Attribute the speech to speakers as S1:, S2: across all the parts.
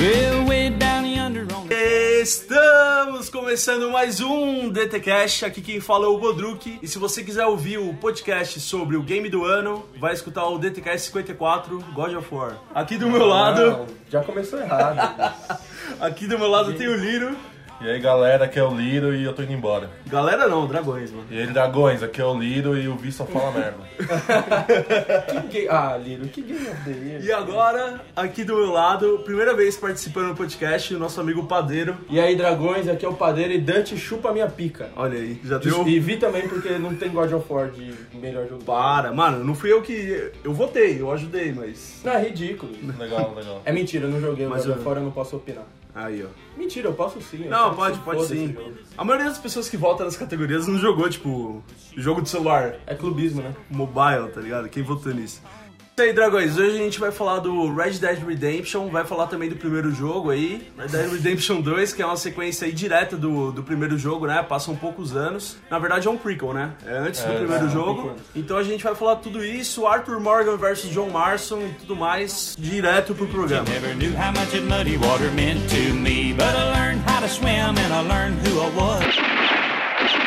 S1: Well, way down yonder on the...
S2: Estamos começando mais um DTCast, aqui quem fala é o Bodruk. E se você quiser ouvir o podcast sobre o game do ano, vai escutar o DTCast 54 God of War. Aqui do meu lado,
S3: Não, já começou errado.
S2: aqui do meu lado tem o Liro.
S3: e aí galera, aqui é o Liro e eu tô indo embora.
S2: Galera não, dragões, mano.
S3: E aí dragões, aqui é o Liro e o Vi só fala merda.
S4: Que ga- Ah, Liro, que game of the year.
S2: E agora, aqui do meu lado, primeira vez participando do podcast, o nosso amigo Padeiro.
S4: E aí, dragões, aqui é o padeiro e Dante chupa minha pica.
S2: Olha aí, já deu.
S4: E vi também porque não tem God of War de melhor jogo.
S2: Para, mano, não fui eu que. Eu votei, eu ajudei, mas.
S4: Não, é ridículo.
S3: Legal, legal.
S4: É mentira, eu não joguei o
S2: Mas
S4: God of
S2: eu-
S4: War, eu não posso opinar.
S2: Aí, ó.
S4: Mentira, eu posso sim. eu
S2: Não,
S4: quero
S2: pode,
S4: que Então,
S2: pode
S4: se foda
S2: sim.
S4: esse jogo.
S2: A maioria das pessoas que votam nas categorias não jogou, tipo, jogo de celular,
S4: É clubismo, né?
S2: mobile, tá ligado? Quem votou nisso? E aí, dragões, hoje a gente vai falar do Red Dead Redemption, vai falar também do primeiro jogo aí, Red Dead Redemption 2, que é uma sequência aí direta do, do primeiro jogo, né? Passam poucos anos. Na verdade é um prequel, né? É antes do primeiro
S4: é um
S2: jogo.
S4: prequel.
S2: então a gente vai falar tudo isso, Arthur Morgan versus John Marston e tudo mais, direto pro programa.
S1: Never knew how much that muddy water meant to me, but I learned how to swim and I learned who I was.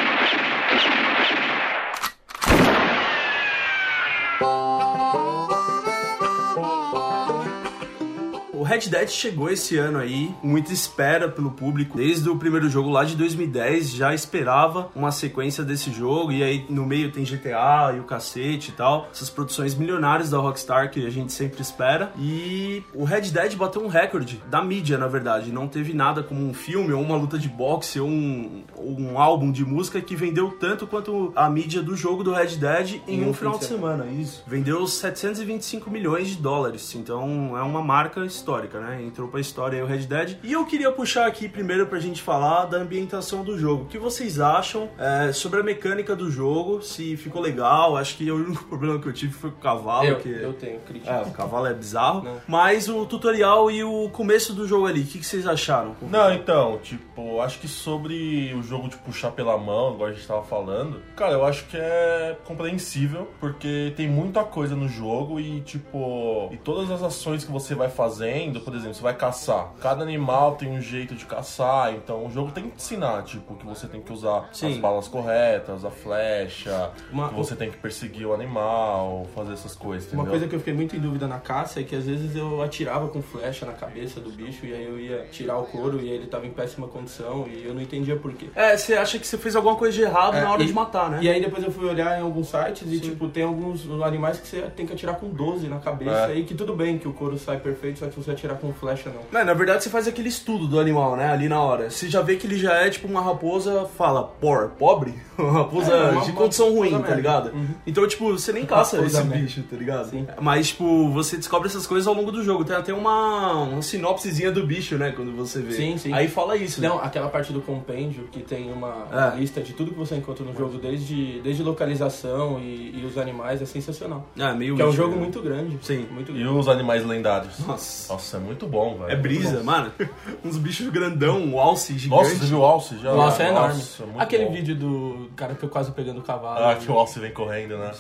S2: O Red Dead chegou esse ano aí, com muita espera pelo público. Desde o primeiro jogo lá de 2010 já esperava uma sequência desse jogo. E aí no meio tem GTA e o cacete e tal. Essas produções milionárias da Rockstar que a gente sempre espera. E o Red Dead bateu um recorde da mídia, na verdade. Não teve nada como um filme ou uma luta de boxe ou um, ou um álbum de música que vendeu tanto quanto a mídia do jogo do Red Dead em, um, final de semana. Isso. Vendeu 725 milhões de dólares. Então é uma marca histórica, né? Entrou pra história aí o Red Dead. E eu queria puxar aqui primeiro pra gente falar da ambientação do jogo. O que vocês acham é, sobre a mecânica do jogo? Se ficou legal? Acho que o único problema que eu tive foi com o cavalo.
S4: eu,
S2: que...
S4: eu tenho crítica.
S2: É, o cavalo é bizarro.
S4: Não.
S2: Mas o tutorial e o começo do jogo ali, o que, que vocês acharam?
S3: Não, então, tipo, acho que sobre o jogo de puxar pela mão, igual a gente tava falando, cara, eu acho que é compreensível, porque tem muita coisa no jogo e, tipo, e todas as ações que você vai fazendo, por exemplo, você vai caçar. Cada animal tem um jeito de caçar, então o jogo tem que te ensinar, tipo, que você tem que usar as
S2: Sim.
S3: balas corretas, a flecha,
S2: Uma-
S3: que você tem que perseguir o animal, fazer essas coisas, entendeu?
S4: Uma coisa que eu fiquei muito em dúvida na caça é que às vezes eu atirava com flecha na cabeça do bicho e aí eu ia tirar o couro e aí ele tava em péssima condição e eu não entendia por quê.
S2: É, você acha que você fez alguma coisa de errado
S4: É,
S2: na hora
S4: e-
S2: de matar, né?
S4: E aí depois eu fui olhar em alguns sites e, tipo, tem alguns animais que você tem que atirar com 12 na cabeça
S3: É.
S4: e que tudo bem que o couro sai perfeito, só que se você atirar com flecha, não.
S2: Não, na verdade, você faz aquele estudo do animal, né? Ali na hora. Você já vê que ele já é tipo uma raposa, fala, por, pobre? Uma raposa
S4: É, uma-
S2: de
S4: uma
S2: condição
S4: raposa
S2: ruim, tá
S4: merda. Uhum.
S2: ligado? Então, tipo, você nem caça
S4: Raposa
S2: esse
S4: merda.
S2: bicho, tá ligado?
S4: Sim.
S2: Mas, tipo, você descobre essas coisas ao longo do jogo. Tem até uma, uma sinopsezinha do bicho, né? Quando você vê.
S4: Sim, sim.
S2: Aí fala isso, né?
S4: Não, aquela parte do compêndio que tem uma, uma
S2: É.
S4: lista de tudo que você encontra no jogo, desde, desde localização e, e os animais, é sensacional.
S2: É, meio
S4: Que é um
S2: isso,
S4: jogo
S2: né?
S4: muito grande.
S2: Sim.
S4: Muito
S3: E
S4: grande.
S3: os animais lendários?
S2: Nossa.
S3: Nossa, é muito bom, velho.
S2: É brisa, mano. Uns bichos grandão, um alce gigante.
S3: Nossa, você viu o Alce já?
S4: Nossa, é enorme.
S3: Nossa, muito
S4: Aquele
S3: bom.
S4: vídeo do cara que eu quase pegando o cavalo.
S3: Ah, que o Alce vem correndo, né?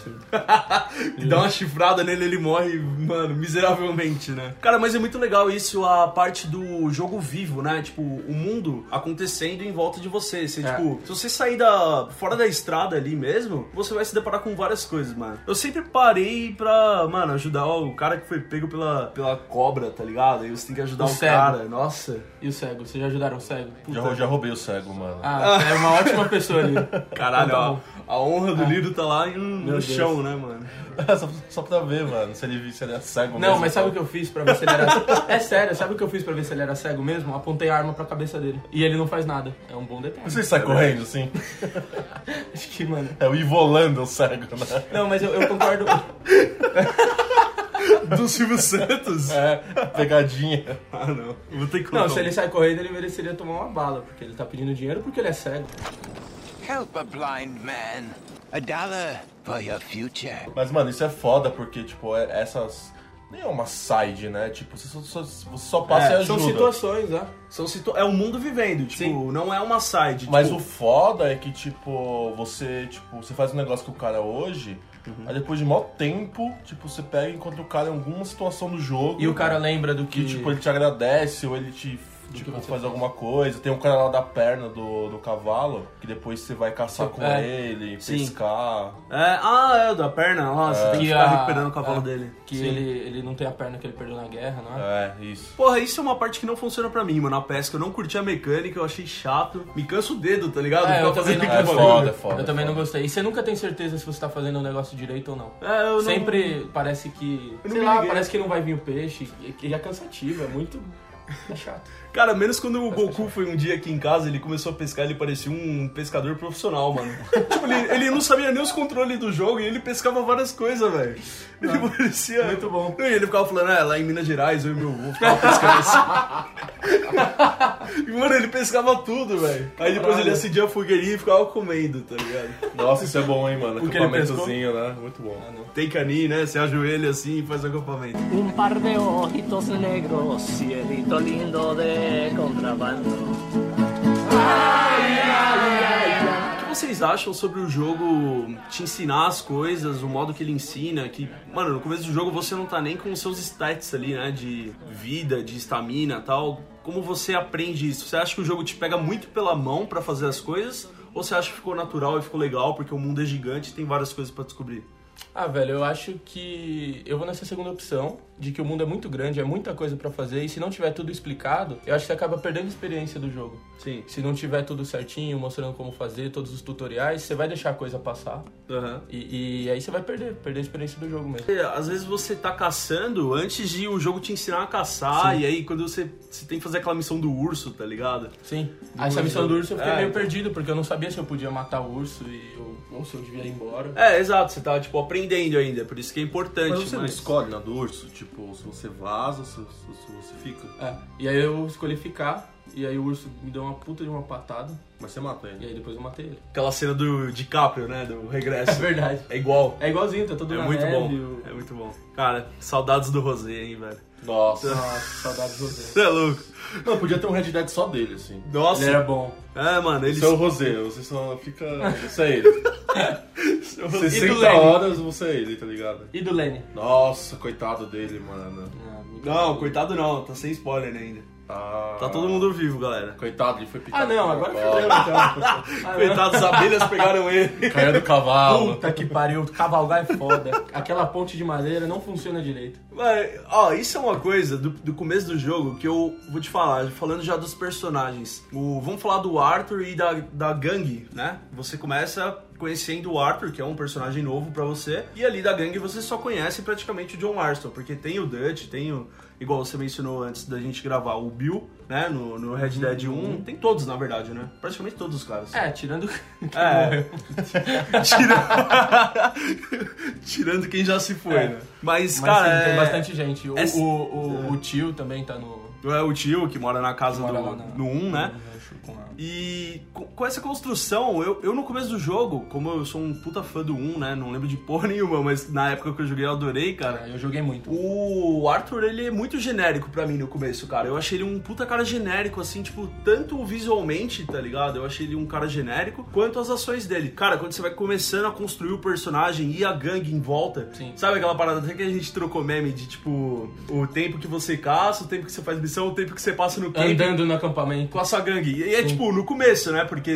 S2: E dá uma chifrada nele, ele morre, mano, miseravelmente, né? Cara, mas é muito legal isso, a parte do jogo vivo, né? Tipo, o mundo acontecendo em volta de você. Você,
S4: É.
S2: tipo, se você sair da, fora da estrada ali mesmo, você vai se deparar com várias coisas, mano. Eu sempre parei pra, mano, ajudar o cara que foi pego pela, pela cobra, tá ligado? Aí você tem que ajudar
S4: O
S2: o,
S4: cego.
S2: cara. Nossa.
S4: E o cego, vocês já ajudaram o cego?
S3: Já, já roubei o cego, mano.
S4: Ah, é uma ótima pessoa ali.
S2: Caralho,
S4: Então tá
S2: ó,
S4: bom.
S2: a honra do Lido tá lá em- no
S4: Deus.
S2: chão, né, mano?
S3: só, só pra ver, mano, se ele, se ele é cego
S4: Ah. Não,
S3: mesmo.
S4: mas sabe o que eu fiz pra ver se ele era. É sério, sabe o que eu fiz pra ver se ele era cego mesmo? Apontei a arma pra cabeça dele. E ele não faz nada. É um bom detalhe.
S3: Você sai correndo, assim?
S4: Acho que, mano.
S3: É o Ivolando o cego, né?
S4: Não, mas eu, eu concordo.
S2: Do Silvio Santos?
S3: É, pegadinha.
S2: Ah, não. Vou ter que
S4: Não,
S2: contar
S4: se ele sai correndo, ele mereceria tomar uma bala, porque ele tá pedindo dinheiro porque ele é cego.
S5: Help a blind man. A dollar for your future.
S3: Mas, mano, isso é foda, porque, tipo, é- essas... Nem é uma side, né? Tipo, você só, só- você só passa
S2: É,
S3: e ajuda.
S4: São situações, né?
S2: São situ... É o mundo vivendo, tipo, não é uma side.
S3: Mas
S2: tipo,
S3: o foda é que, tipo, você, tipo, você faz um negócio com o cara hoje,
S4: Uhum.
S3: Aí depois de maior tempo, tipo, você pega e encontra o cara em alguma situação do jogo.
S4: E o cara lembra do
S3: que,
S4: que.
S3: tipo, ele te agradece ou ele te. Tipo,
S4: você
S3: faz
S4: fez.
S3: alguma coisa. Tem um cara lá da perna do, do cavalo, que depois você vai caçar com
S4: É.
S3: ele,
S2: Sim.
S3: pescar.
S2: É, ah, é, o da perna. Ah, você tem que
S4: Que
S2: ficar
S4: a-
S2: recuperando o cavalo
S4: é.
S2: dele.
S4: que ele, ele não tem a perna que ele perdeu na guerra, não é?
S3: É, isso.
S2: Porra, isso é uma parte que não funciona pra mim, mano. A pesca, eu não curti a mecânica, eu achei chato. Me cansa o dedo, tá ligado?
S4: É,
S2: Ficar
S4: eu também
S2: fazendo
S4: não
S3: É
S2: aquele
S4: gostei.
S2: bagulho.
S3: foda, é foda.
S4: eu também
S3: é
S4: não
S3: foda.
S4: gostei. E você nunca tem certeza se você tá fazendo o negócio direito ou não.
S2: É, eu não-
S4: Sempre parece que.
S2: não
S4: sei
S2: me
S4: lá,
S2: liguei.
S4: parece que não vai vir o peixe. E e é cansativo, é muito. É chato.
S2: Cara, menos quando o Goku foi um dia aqui em casa, ele começou a pescar, ele parecia um pescador profissional, mano. tipo, ele, ele não sabia nem os controles do jogo e ele pescava várias coisas, velho. Ele parecia. Muito bom. E ele ficava falando, ah, lá em Minas Gerais, eu e meu avô ficava pescando assim. E, mano, ele pescava tudo, velho. Aí depois ele acendia a fogueirinha e ficava comendo, tá ligado?
S3: Nossa, isso é bom, hein, mano.
S2: que ele pescou?
S3: Acampamentozinho, né? Muito bom.
S2: Tem caninho, né? Você ajoelha assim e faz acampamento.
S6: Un par de ojitos negros, cielito lindo de contrabando.
S2: O que vocês acham sobre o jogo te ensinar as coisas, o modo que ele ensina? Que, mano, no começo do jogo você não tá nem com os seus stats ali, né? De vida, de estamina e tal. Como você aprende isso? Você acha que o jogo te pega muito pela mão pra fazer as coisas? Ou você acha que ficou natural e ficou legal porque o mundo é gigante e tem várias coisas pra descobrir?
S4: Ah, velho, eu acho que eu vou nessa segunda opção, de que o mundo é muito grande, é muita coisa pra fazer, e se não tiver tudo explicado, eu acho que você acaba perdendo a experiência do jogo.
S2: Sim.
S4: Se não tiver tudo certinho, mostrando como fazer, todos os tutoriais, você vai deixar a coisa passar,
S2: Aham.
S4: e, e aí você vai perder, perder a experiência do jogo mesmo.
S2: É, Às vezes você tá caçando antes de o jogo te ensinar a caçar, e aí quando você, você tem que fazer aquela missão do urso, tá ligado?
S4: Sim. Ah, Essa missão do urso eu fiquei
S2: É,
S4: meio
S2: então.
S4: perdido, porque eu não sabia se eu podia matar o urso, e eu, ou se eu devia ir embora.
S2: É, exato, você tá, tipo, aprendendo ainda, por isso que é importante.
S3: Mas você não
S2: mas-
S3: escolhe na do urso, tipo, se você vaza, se, se- se você fica.
S4: É, e aí eu escolhi ficar, e aí o urso me deu uma puta de uma patada,
S3: Mas você mata
S4: e
S3: ele.
S4: aí depois eu matei ele.
S2: Aquela cena do DiCaprio, né? Do
S4: É
S2: regresso.
S4: verdade.
S2: É igual.
S4: É igualzinho, tá todo
S2: É
S4: na
S2: muito
S4: neve,
S2: bom.
S4: o-
S2: É muito bom. Cara, saudades do Rosé, hein, velho.
S3: Nossa.
S4: Nossa, saudades do José.
S2: Você é louco.
S3: Não, podia ter um Red Dead só dele, assim.
S2: Nossa.
S4: Ele era bom.
S2: É, mano, ele.
S3: Isso é o Rosé, você só fica. Isso é ele.
S2: Seu Rosé.
S3: 60 horas você é ele, tá ligado?
S4: E do Lenny?
S3: Nossa, coitado dele, mano.
S2: Ah, Não, coitado não, tá sem spoiler ainda.
S3: Ah.
S2: Tá todo mundo vivo, galera.
S3: Coitado, ele foi picado.
S4: Ah, não, agora
S3: Cavalo.
S4: fodeu, Ah,
S2: Coitado, as abelhas pegaram ele.
S3: Caiu do cavalo.
S4: Puta que pariu, cavalgar é foda. Aquela ponte de madeira não funciona direito.
S2: Mas, ó, isso é uma coisa do, do começo do jogo que eu vou te falar, falando já dos personagens. O, vamos falar do Arthur e da, da gangue, né? Você começa conhecendo o Arthur, que é um personagem novo pra você, e ali da gangue você só conhece praticamente o John Marston, porque tem o Dutch, tem o. Igual você mencionou antes da gente gravar, o Bill, né? No, no Red Dead 1. Tem todos, na verdade, né? Praticamente todos os caras.
S4: Uhum. É, tirando.
S2: É. Tira- Tirando quem já se foi,
S4: É.
S2: né? Mas,
S4: Mas
S2: cara.
S4: sim, tem
S2: é-
S4: bastante gente. O,
S2: é-
S4: o, o, o tio também tá no.
S2: é o tio que mora na casa
S4: mora lá
S2: do,
S4: na- Uhum.
S2: do um, né?
S4: no rancho com a-
S2: E co- com essa construção, eu, eu no começo do jogo, como eu sou um puta fã do 1, né? Não lembro de porra nenhuma, mas na época que eu joguei eu adorei, cara.
S4: Cara, eu joguei muito.
S2: O Arthur, ele é muito genérico pra mim no começo, cara. Eu achei ele um puta cara genérico, assim, tipo, tanto visualmente, tá ligado? Eu achei ele um cara genérico, quanto as ações dele. Cara, quando você vai começando a construir o personagem e a gangue em volta,
S4: Sim.
S2: sabe aquela parada até que a gente trocou meme de, tipo, o tempo que você caça, o tempo que você faz missão, o tempo que você passa no campo.
S4: Andando no acampamento.
S2: Com a sua gangue. E é tipo, no começo, né? Porque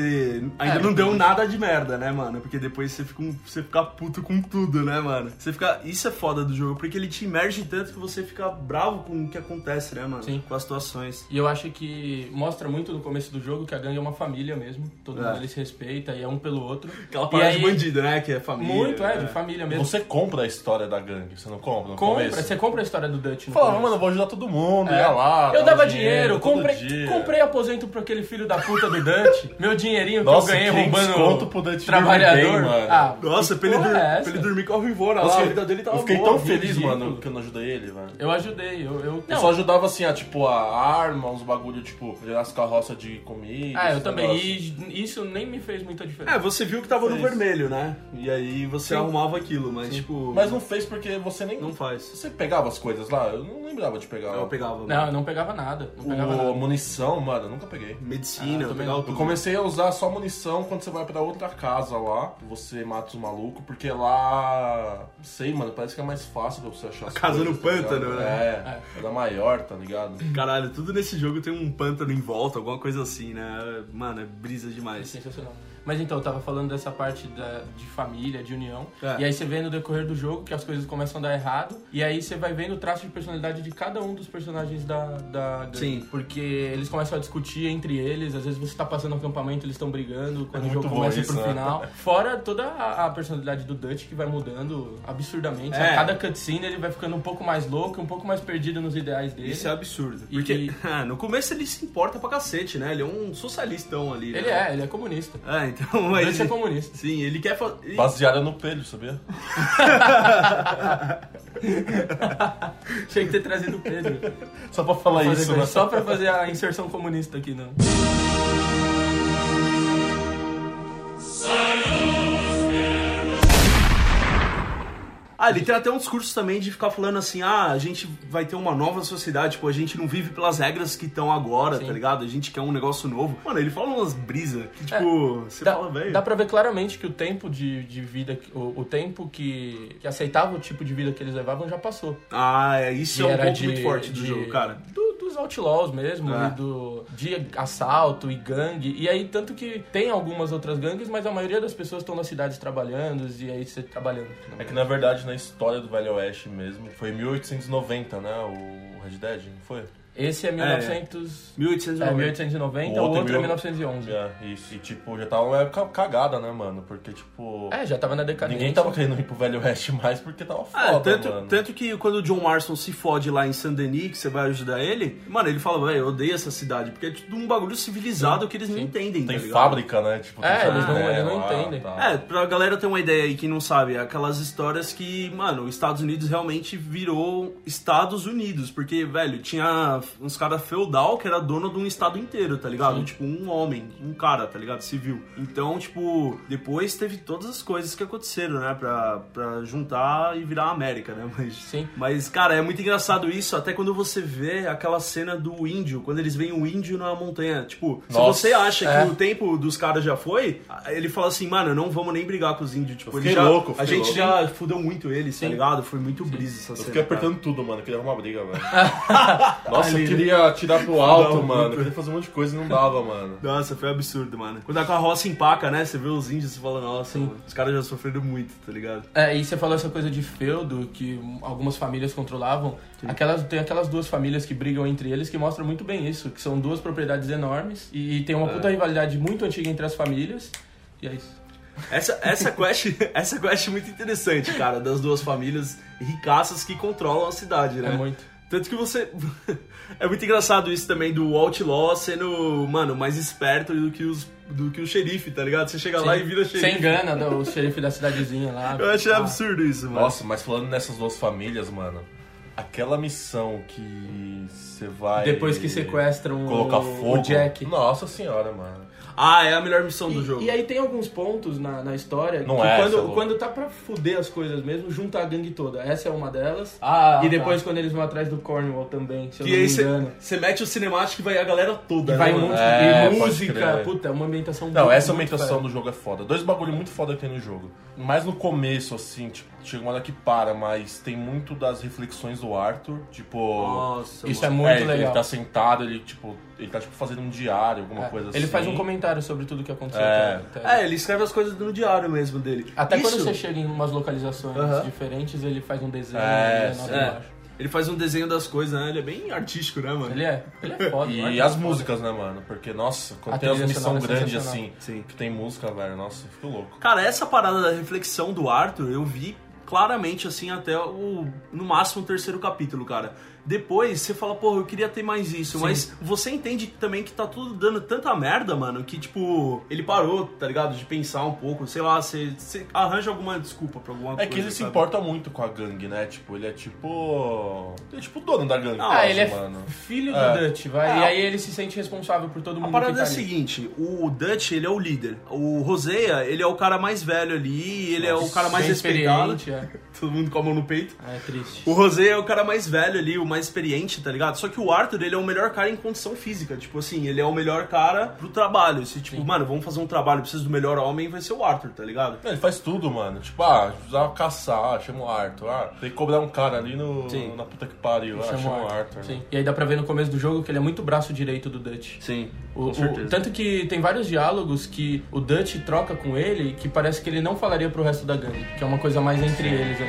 S2: ainda
S4: É,
S2: não deu nada de merda, né, mano? Porque depois você fica, um- você fica puto com tudo, né, mano? Você fica. Isso é foda do jogo, porque ele te imerge tanto que você fica bravo com o que acontece, né, mano?
S4: Sim.
S2: Com as situações.
S4: E eu acho que mostra muito no começo do jogo que a gangue é uma família mesmo. Todo
S2: É.
S4: mundo ele se respeita e é um pelo outro.
S2: Aquela
S4: E
S2: parada
S4: aí-
S2: de bandido, né? Que é família.
S4: Muito, é, de
S2: né?
S4: família mesmo.
S3: Você compra a história da gangue, você não compra no
S4: Compra,
S3: começo?
S4: você compra a história do Dutch no
S3: Falava,
S4: começo.
S3: mano, eu vou ajudar todo mundo,
S4: É.
S3: ia lá.
S4: eu
S3: dava
S4: dava dinheiro,
S3: todo
S4: comprei,
S3: dia.
S4: comprei aposento pra aquele filho da puta do Dante. meu dinheirinho que
S3: Nossa,
S4: eu ganhei
S3: 500
S4: roubando
S3: conto pro Dante
S4: trabalhador.
S3: dormir bem, mano.
S4: Ah,
S2: Nossa,
S4: que
S2: pra ele,
S4: porra
S2: dur-
S4: é
S2: pra
S4: essa?
S2: ele dormir com a Rivora lá,
S3: Nossa,
S2: a vida dele tava
S3: eu fiquei
S2: boa,
S3: tão feliz,
S2: ridículo.
S3: mano, que eu não ajudei ele, velho.
S4: Eu ajudei, eu... eu
S3: Eu
S4: não.
S3: só ajudava assim, a, tipo, a arma, uns bagulho, tipo, as carroças de comida.
S4: Ah, eu
S3: esse
S4: também.
S3: negócio.
S4: E isso nem me fez muita diferença.
S2: É, você viu que tava no
S3: Feliz.
S2: vermelho, né? E aí você arrumava aquilo, mas tipo.
S3: Mas não fez porque você nem.
S2: não faz.
S3: Você pegava as coisas lá? Eu não lembrava de pegar.
S2: Eu pegava
S4: Não, eu não pegava nada. Não pegava
S3: O,
S4: nada.
S3: munição, mano, eu nunca peguei.
S2: medicina, eu
S4: Ah, também
S2: pegava
S4: não.
S3: Eu
S2: tudo.
S3: comecei a usar só munição quando você vai pra outra casa lá, você mata os malucos, porque lá. Não sei, mano, parece que é mais fácil pra você achar as
S2: casa
S3: coisas,
S2: no
S3: tá ligado?
S2: pântano, né?
S3: É, é da maior, tá ligado?
S2: Caralho, tudo nesse jogo tem um pântano em volta, alguma coisa assim, né? Mano, é brisa demais.
S4: Sensacional. Mas então, eu tava falando dessa parte da- de família, de união.
S2: É.
S4: E aí você vê no decorrer do jogo que as coisas começam a dar errado. E aí você vai vendo o traço de personalidade de cada um dos personagens da, da gangue.
S2: Sim.
S4: Porque eles começam a discutir entre eles. Às vezes você tá passando no acampamento, eles estão brigando. Quando o
S3: muito
S4: jogo
S3: bom
S4: começa a ir
S3: isso,
S4: pro
S3: né?
S4: final. Fora toda a, a personalidade do Dutch que vai mudando absurdamente.
S2: É.
S4: A cada cutscene ele vai ficando um pouco mais louco, um pouco mais perdido nos ideais dele.
S2: Isso é absurdo.
S4: E-
S2: Porque ah, no começo ele se importa pra cacete, né? Ele é um socialistão ali. né?
S4: Ele é, ele é comunista.
S2: Ah, então.
S4: O
S2: mas
S4: Dutch é comunista.
S2: Sim, ele quer fazer.
S3: Baseada no pelo, sabia?
S4: Tinha que ter trazido o Pedro.
S3: Só pra falar
S4: Fazer
S3: isso,
S4: coisa
S3: né?
S4: Só pra fazer a inserção comunista aqui, né? não.
S2: Ah, ele tem até um discurso também de ficar falando assim: ah, a gente vai ter uma nova sociedade, tipo, a gente não vive pelas regras que estão agora, tá ligado? A gente quer um negócio novo. Mano, ele fala umas brisas que, tipo, você
S4: É. Dá,
S2: fala, velho.
S4: dá pra ver claramente que o tempo de, de vida, que- o, o tempo que, que aceitava o tipo de vida que eles levavam já passou.
S2: Ah, é, isso
S4: Que
S2: é um
S4: era
S2: ponto
S4: de-
S2: muito forte do
S4: de-
S2: jogo, cara.
S4: do- dos outlaws mesmo,
S2: É.
S4: e do, de assalto e gangue. E aí, tanto que tem algumas outras gangues, mas a maioria das pessoas estão nas cidades trabalhando, e aí você trabalhando. né?
S3: É que na verdade na história do Velho Oeste mesmo, foi em 1890, né? O Red Dead, não foi?
S4: Esse é 1900...
S2: 1890.
S4: É, 1890, o outro, é
S3: mil-
S4: 1911.
S3: É, isso. E tipo, já tava uma época cagada, né, mano? Porque, tipo.
S4: É, já tava na decadência.
S3: Ninguém tava querendo ir pro Velho Oeste mais porque tava
S2: Ah,
S3: foda,
S2: tanto,
S3: mano.
S2: tanto que quando o John Marston se fode lá em Saint-Denis, que você vai ajudar ele, mano, ele fala, velho, eu odeio essa cidade, porque é tudo um bagulho civilizado que eles não entendem,
S3: Tem
S2: tá ligado?
S3: fábrica, né? Tipo, tem
S4: É, eles
S3: chaminé
S4: não- eles não
S3: lá, tá.
S4: entendem.
S3: tal.
S2: É, pra galera ter uma ideia aí, quem não sabe, é aquelas histórias que, mano, os Estados Unidos realmente virou Estados Unidos, porque, velho, tinha uns caras feudal que era dono de um estado inteiro, tá ligado? Tipo, um homem, um cara, tá ligado? Civil. Então, tipo, depois teve todas as coisas que aconteceram, né? Pra, pra juntar e virar a América, né? Mas,
S4: Sim.
S2: Mas, cara, é muito engraçado isso, até quando você vê aquela cena do índio, quando eles veem o índio na montanha. Tipo,
S3: Nossa.
S2: se você acha
S4: É.
S2: que o tempo dos caras já foi, ele fala assim, mano, não vamos nem brigar com os índios. Tipo,
S3: Eu
S2: ele
S3: fiquei
S2: já,
S3: louco, eu
S2: a
S3: fiquei
S2: gente
S3: louco.
S2: já fudeu muito eles, tá ligado? Foi muito brisa essa
S3: Eu
S2: cena.
S3: fiquei
S2: cara.
S3: apertando tudo, mano. Eu queria arrumar briga, velho. Nossa,
S2: Ali.
S3: eu queria tirar pro alto,
S2: Não,
S3: mano.
S2: muito.
S3: Eu queria fazer um monte de coisa e não dava, mano.
S2: Nossa, foi absurdo, mano. Quando a carroça empaca, né? Você vê os índios e fala, nossa, mano, os caras já sofreram muito, tá ligado?
S4: É, e você falou essa coisa de feudo que algumas famílias controlavam. Aquelas, tem aquelas duas famílias que brigam entre eles que mostram muito bem isso, que são duas propriedades enormes e, e tem uma puta rivalidade muito antiga entre as famílias. E é isso.
S2: Essa, essa, quest, essa quest é muito interessante, cara, das duas famílias ricaças que controlam a cidade, né?
S4: É muito.
S2: Tanto que você. é muito engraçado isso também do Outlaw sendo, mano, mais esperto do que, os, do que o xerife, tá ligado? Você chega lá e vira xerife.
S4: Você engana da- o xerife da cidadezinha lá.
S2: Eu achei
S4: Ah,
S2: absurdo isso, mano.
S3: Nossa, mas falando nessas duas famílias, mano. Aquela missão que você vai.
S4: Depois que sequestram o-
S3: Colocar
S4: o
S3: fogo.
S4: Jack.
S3: Nossa senhora, mano.
S2: Ah, é a melhor missão do jogo.
S4: E, e aí tem alguns pontos na, na história
S3: Não
S4: que
S3: é essa,
S4: quando,
S3: Lu.
S4: quando tá pra fuder as coisas mesmo, junta a gangue toda. Essa é uma delas.
S2: Ah,
S4: e depois quando eles vão atrás do Cornwall também, se eu
S2: E
S4: não
S2: aí
S4: me
S2: você
S4: engano.
S2: você mete o cinemático e vai a galera toda. né,
S4: E vai
S2: mano?
S4: um monte de
S3: É, pode
S4: música,
S3: crer.
S4: puta, é uma ambientação
S3: Não,
S4: muito-
S3: essa
S4: muito
S3: ambientação
S4: fera.
S3: do jogo é foda. Dois bagulho muito foda que tem no jogo. Mas no começo, assim, tipo, chega uma hora que para, mas tem muito das reflexões do Arthur. Tipo.
S2: Nossa,
S4: Isso
S2: mano.
S4: é muito
S3: ele-
S4: legal.
S3: Ele tá sentado, ele, tipo, ele tá tipo fazendo um diário, alguma
S4: É,
S3: coisa assim.
S4: Ele faz um comentário sobre tudo que aconteceu.
S3: É.
S4: até- até-
S2: É, ele escreve as coisas no diário mesmo dele.
S4: Até quando
S2: É, Isso-
S4: você chega em umas localizações
S2: Aham.
S4: diferentes, ele faz um desenho
S3: É,
S4: e anota
S2: é.
S4: embaixo.
S2: Ele faz um desenho das coisas, né? Ele é bem artístico, né, mano?
S4: Ele é, ele é foda. eu
S3: E
S4: acho
S3: as
S4: foda.
S3: músicas, né, mano? Porque, nossa, quando
S4: A
S3: tem as
S4: trilha
S3: missões
S4: sonora é
S3: grandes assim,
S4: sensacional.
S2: Sim.
S3: que tem música, velho, nossa, eu fico louco.
S2: Cara, essa parada da reflexão do Arthur, eu vi claramente, assim, até o... No máximo o terceiro capítulo, cara. Depois, você fala, porra, eu queria ter mais isso. Mas você entende também que tá tudo dando tanta merda, mano, que, tipo... Ele parou, tá ligado? De pensar um pouco. Sei lá, você, você arranja alguma desculpa pra alguma
S3: É
S2: coisa,
S3: que ele se
S2: sabe?
S3: importa muito com a gangue, né? Tipo, ele é tipo. Ele é tipo o dono da gangue,
S4: Ah,
S3: quase,
S4: ele é
S3: mano.
S4: filho do
S3: É.
S4: Dutch, vai.
S2: É,
S4: e
S2: a-
S4: aí ele se sente responsável por todo mundo
S2: A parada
S4: que
S2: é
S4: tá
S2: a
S4: ali.
S2: seguinte, o Dutch, ele é o líder. O Rosea, ele é o cara mais velho ali, ele é o cara mais
S4: Bem
S2: respeitado.
S4: experiente, é.
S2: Todo mundo com a mão no peito.
S4: Ah, é triste.
S2: O Rosé é o cara mais velho ali, o mais experiente, tá ligado? Só que o Arthur, ele é o melhor cara em condição física. Tipo assim, ele é o melhor cara pro trabalho. Se, tipo, mano, vamos fazer um trabalho, preciso do melhor homem, vai ser o Arthur, tá ligado?
S3: Não, ele faz tudo, mano. Tipo, ah, precisava caçar, chama o Arthur. Ah, tem que cobrar um cara ali no,
S2: Sim.
S3: na puta que pariu. Ah, chama o Arthur.
S4: né? Sim. E aí dá pra ver no começo do jogo que ele é muito braço direito do Dutch.
S2: Sim.
S4: O- o-
S3: certeza.
S4: tanto que tem vários diálogos que o Dutch troca com ele que parece que ele não falaria pro resto da gangue, que é uma coisa mais entre eles ali.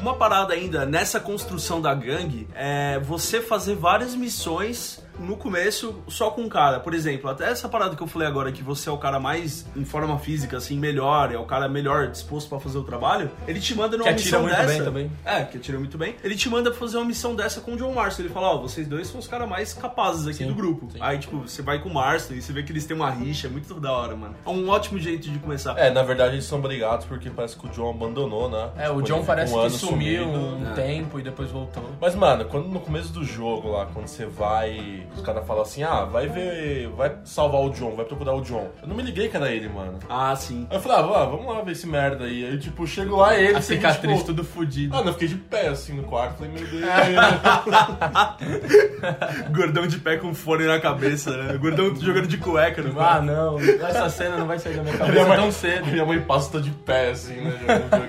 S2: Uma parada ainda nessa construção da gangue é você fazer várias missões no começo só com um cara. Por exemplo, até essa parada que eu falei agora que você é o cara mais em forma física assim, melhor, é o cara melhor disposto pra fazer o trabalho, ele te manda numa
S4: Que
S2: missão
S4: atira muito
S2: dessa.
S4: bem também.
S2: É, que atira muito bem. Ele te manda fazer uma missão dessa com o John Marston. Ele fala, ó, vocês dois são os caras mais capazes aqui do grupo. Aí, tipo, você vai com o Marston e você vê que eles têm uma rixa, é muito da hora, mano. É um ótimo jeito de começar.
S3: É, na verdade eles são brigados porque parece que o John abandonou, né?
S4: É, o
S3: Tipo,
S4: John
S3: ele
S4: parece
S3: ficou um
S4: que
S3: ano
S4: sumiu
S3: sumido. né?
S4: um tempo e depois voltou.
S3: Mas, mano, quando no começo do jogo lá, quando você vai, os caras falam assim, ah, vai ver, vai salvar o John, vai procurar o John. Eu não me liguei que era ele, mano.
S2: Ah, sim.
S3: Aí eu falei, ah, vá, vamos lá ver esse merda aí. Aí, tipo, chego lá ele...
S4: A
S3: assim,
S4: cicatriz
S3: tipo,
S4: tudo fodido.
S3: Mano, eu fiquei de pé, assim, no quarto. Falei, meu Deus.
S2: Gordão de pé com fone na cabeça, né? Gordão jogando de cueca no
S4: Ah, não, essa cena não vai sair da minha cabeça tão cedo.
S3: Minha mãe passa tá de pé, assim, né, jogando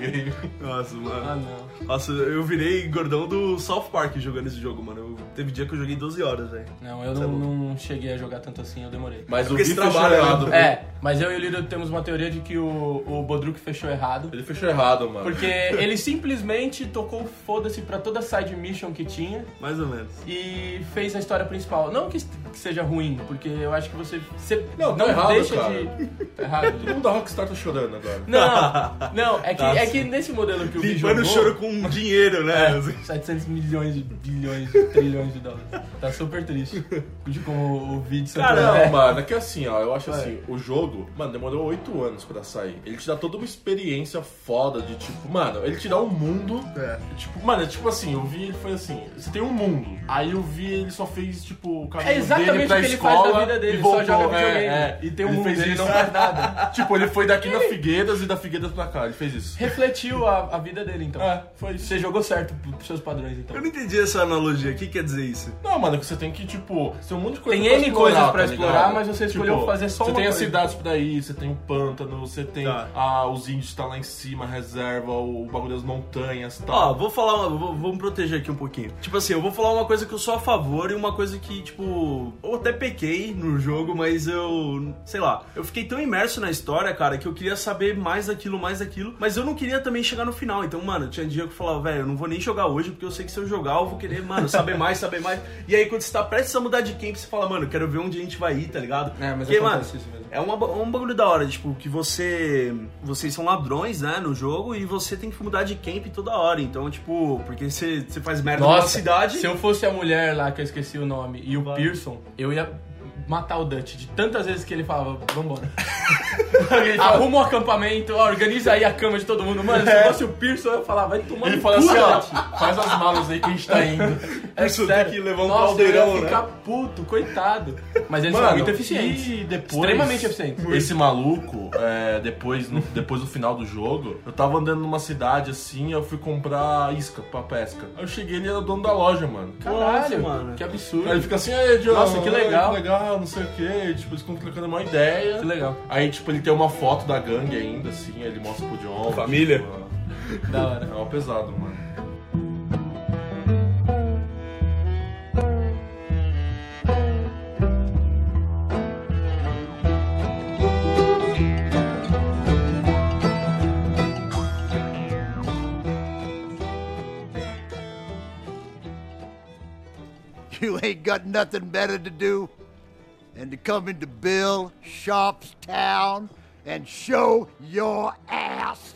S3: videogame.
S2: Nossa,
S4: Ah,
S2: mano.
S4: não.
S2: Nossa, eu virei gordão do South Park jogando esse jogo, mano. Eu- teve dia que eu joguei 12 horas, velho.
S4: Não, eu não, não cheguei a jogar tanto assim, eu demorei.
S3: Tá Mas o
S2: porque esse
S3: Gui fechou
S2: trabalho é
S3: errado.
S4: É, mas eu e o Lido temos uma teoria de que o, o Bodruk fechou errado.
S3: Ele fechou errado, mano.
S4: Porque ele simplesmente tocou foda-se pra toda side mission que tinha
S2: Mais ou menos.
S4: e fez a história principal. Não que, que seja ruim, porque eu acho que você, você
S3: Não, tá errado, cara.
S4: de. Tá errado.
S3: Todo
S4: Lido?
S3: mundo da Rockstar tá chorando agora.
S4: Não, não, é que, é que nesse modelo que o Gui
S2: Limpando
S4: jogou,
S2: o
S4: É.
S2: choro com dinheiro, né?
S4: 700 milhões de bilhões de trilhões de dólares. Tá super triste de como o vídeo saiu.
S3: Cara, não, mano, é que assim, ó, eu acho assim, o jogo, mano, demorou oito anos pra sair. Ele te dá toda uma experiência foda de tipo, mano, ele te dá um mundo. É. Tipo, mano, é tipo assim, eu vi ele foi assim, você tem um mundo. Aí eu vi ele só fez, tipo, o caminho
S4: É exatamente
S3: dele pra
S4: o que ele
S3: escola
S4: faz da vida dele,
S3: e
S4: só
S3: voltou,
S4: joga videogame.
S3: é, é.
S4: E tem um
S3: Ele
S4: mundo,
S3: fez
S4: ele
S3: isso.
S4: não faz nada.
S3: Tipo, ele foi daqui na Figueiras e da Figueiras pra cá, ele fez isso.
S4: Refletiu a, a vida dele, então.
S3: É, foi isso.
S4: Você jogou certo pro- pros seus padrões, então.
S2: Eu não entendi essa analogia. O que quer dizer isso?
S3: Não, mano, você tem que, tipo, você tem um monte de coisa
S4: Tem
S3: pra
S4: N
S3: explorar,
S4: coisas pra
S3: tá
S4: explorar,
S3: ligado? Tipo,
S4: mas você escolheu fazer só
S3: você
S4: uma
S3: tem
S4: coisa.
S3: as cidades pra ir, você tem o pântano, você tem
S2: Tá.
S3: ah, os índios tá lá em cima, a reserva, o bagulho das montanhas tá. e
S2: Ó,
S3: tal.
S4: Tá.
S2: vou falar, uma- vou, vou me proteger aqui um pouquinho. Tipo assim, eu vou falar uma coisa que eu sou a favor e uma coisa que, tipo, eu até pequei no jogo, mas eu, sei lá, eu fiquei tão imerso na história, cara, que eu queria saber mais daquilo, mais daquilo, mas eu não queria também chegar no final. Então, mano, tinha dia que eu falava, velho, eu não vou nem jogar hoje, porque eu sei que se eu jogar, eu vou querer, mano, saber mais, saber mais. E aí, quando você tá prestes a mudar de camp, você fala, mano, eu quero ver onde a gente vai ir, tá ligado?
S4: É, mas
S2: Porque,
S4: acontece
S2: mano,
S4: isso mesmo.
S2: é uma, ba- um bagulho da hora, tipo, que você. Vocês são ladrões, né, no jogo, e você tem que mudar de camp toda hora. Então, tipo, porque você, você faz merda numa cidade.
S4: se eu fosse a mulher lá, que eu esqueci o nome, e o Pearson, eu ia matar o Dutch de tantas vezes que ele falava, vambora. Ele fala, Arruma um acampamento, ó, organiza aí a cama de todo mundo. Mano, se eu fosse o Pearson, eu ia falar, vai tomar
S3: Ele
S4: no
S3: fala
S4: cu,
S3: assim, ó,
S4: Dutch.
S3: faz as malas aí que a gente tá indo.
S4: É
S2: Pearson tem
S4: sério.
S2: que levar um
S4: Nossa,
S2: caldeirão,
S4: eu ia
S2: né?
S4: ficar puto, coitado. Mas eles são muito eficientes.
S3: E depois,
S4: Extremamente eficientes.
S3: Esse maluco, é, depois, no- depois do final do jogo, eu tava andando numa cidade assim, eu fui comprar isca pra pesca. Aí eu cheguei ele era o dono da loja, mano.
S4: Caralho,
S2: Nossa, mano.
S4: que
S3: Aí ele
S4: absurdo.
S3: fica assim, aí, John,
S4: Nossa, que
S3: ai,
S4: legal."
S3: que legal, não sei o que, tipo, eles ficam trocando uma ideia.
S4: Que legal.
S3: Aí, tipo, ele tem uma foto da gangue ainda, assim, aí ele mostra pro John.
S2: Família?
S3: Tipo,
S4: Da hora.
S3: é uma pesado, mano.
S7: You ain't got nothing better to do than to come into Bill Shop's town and show your ass.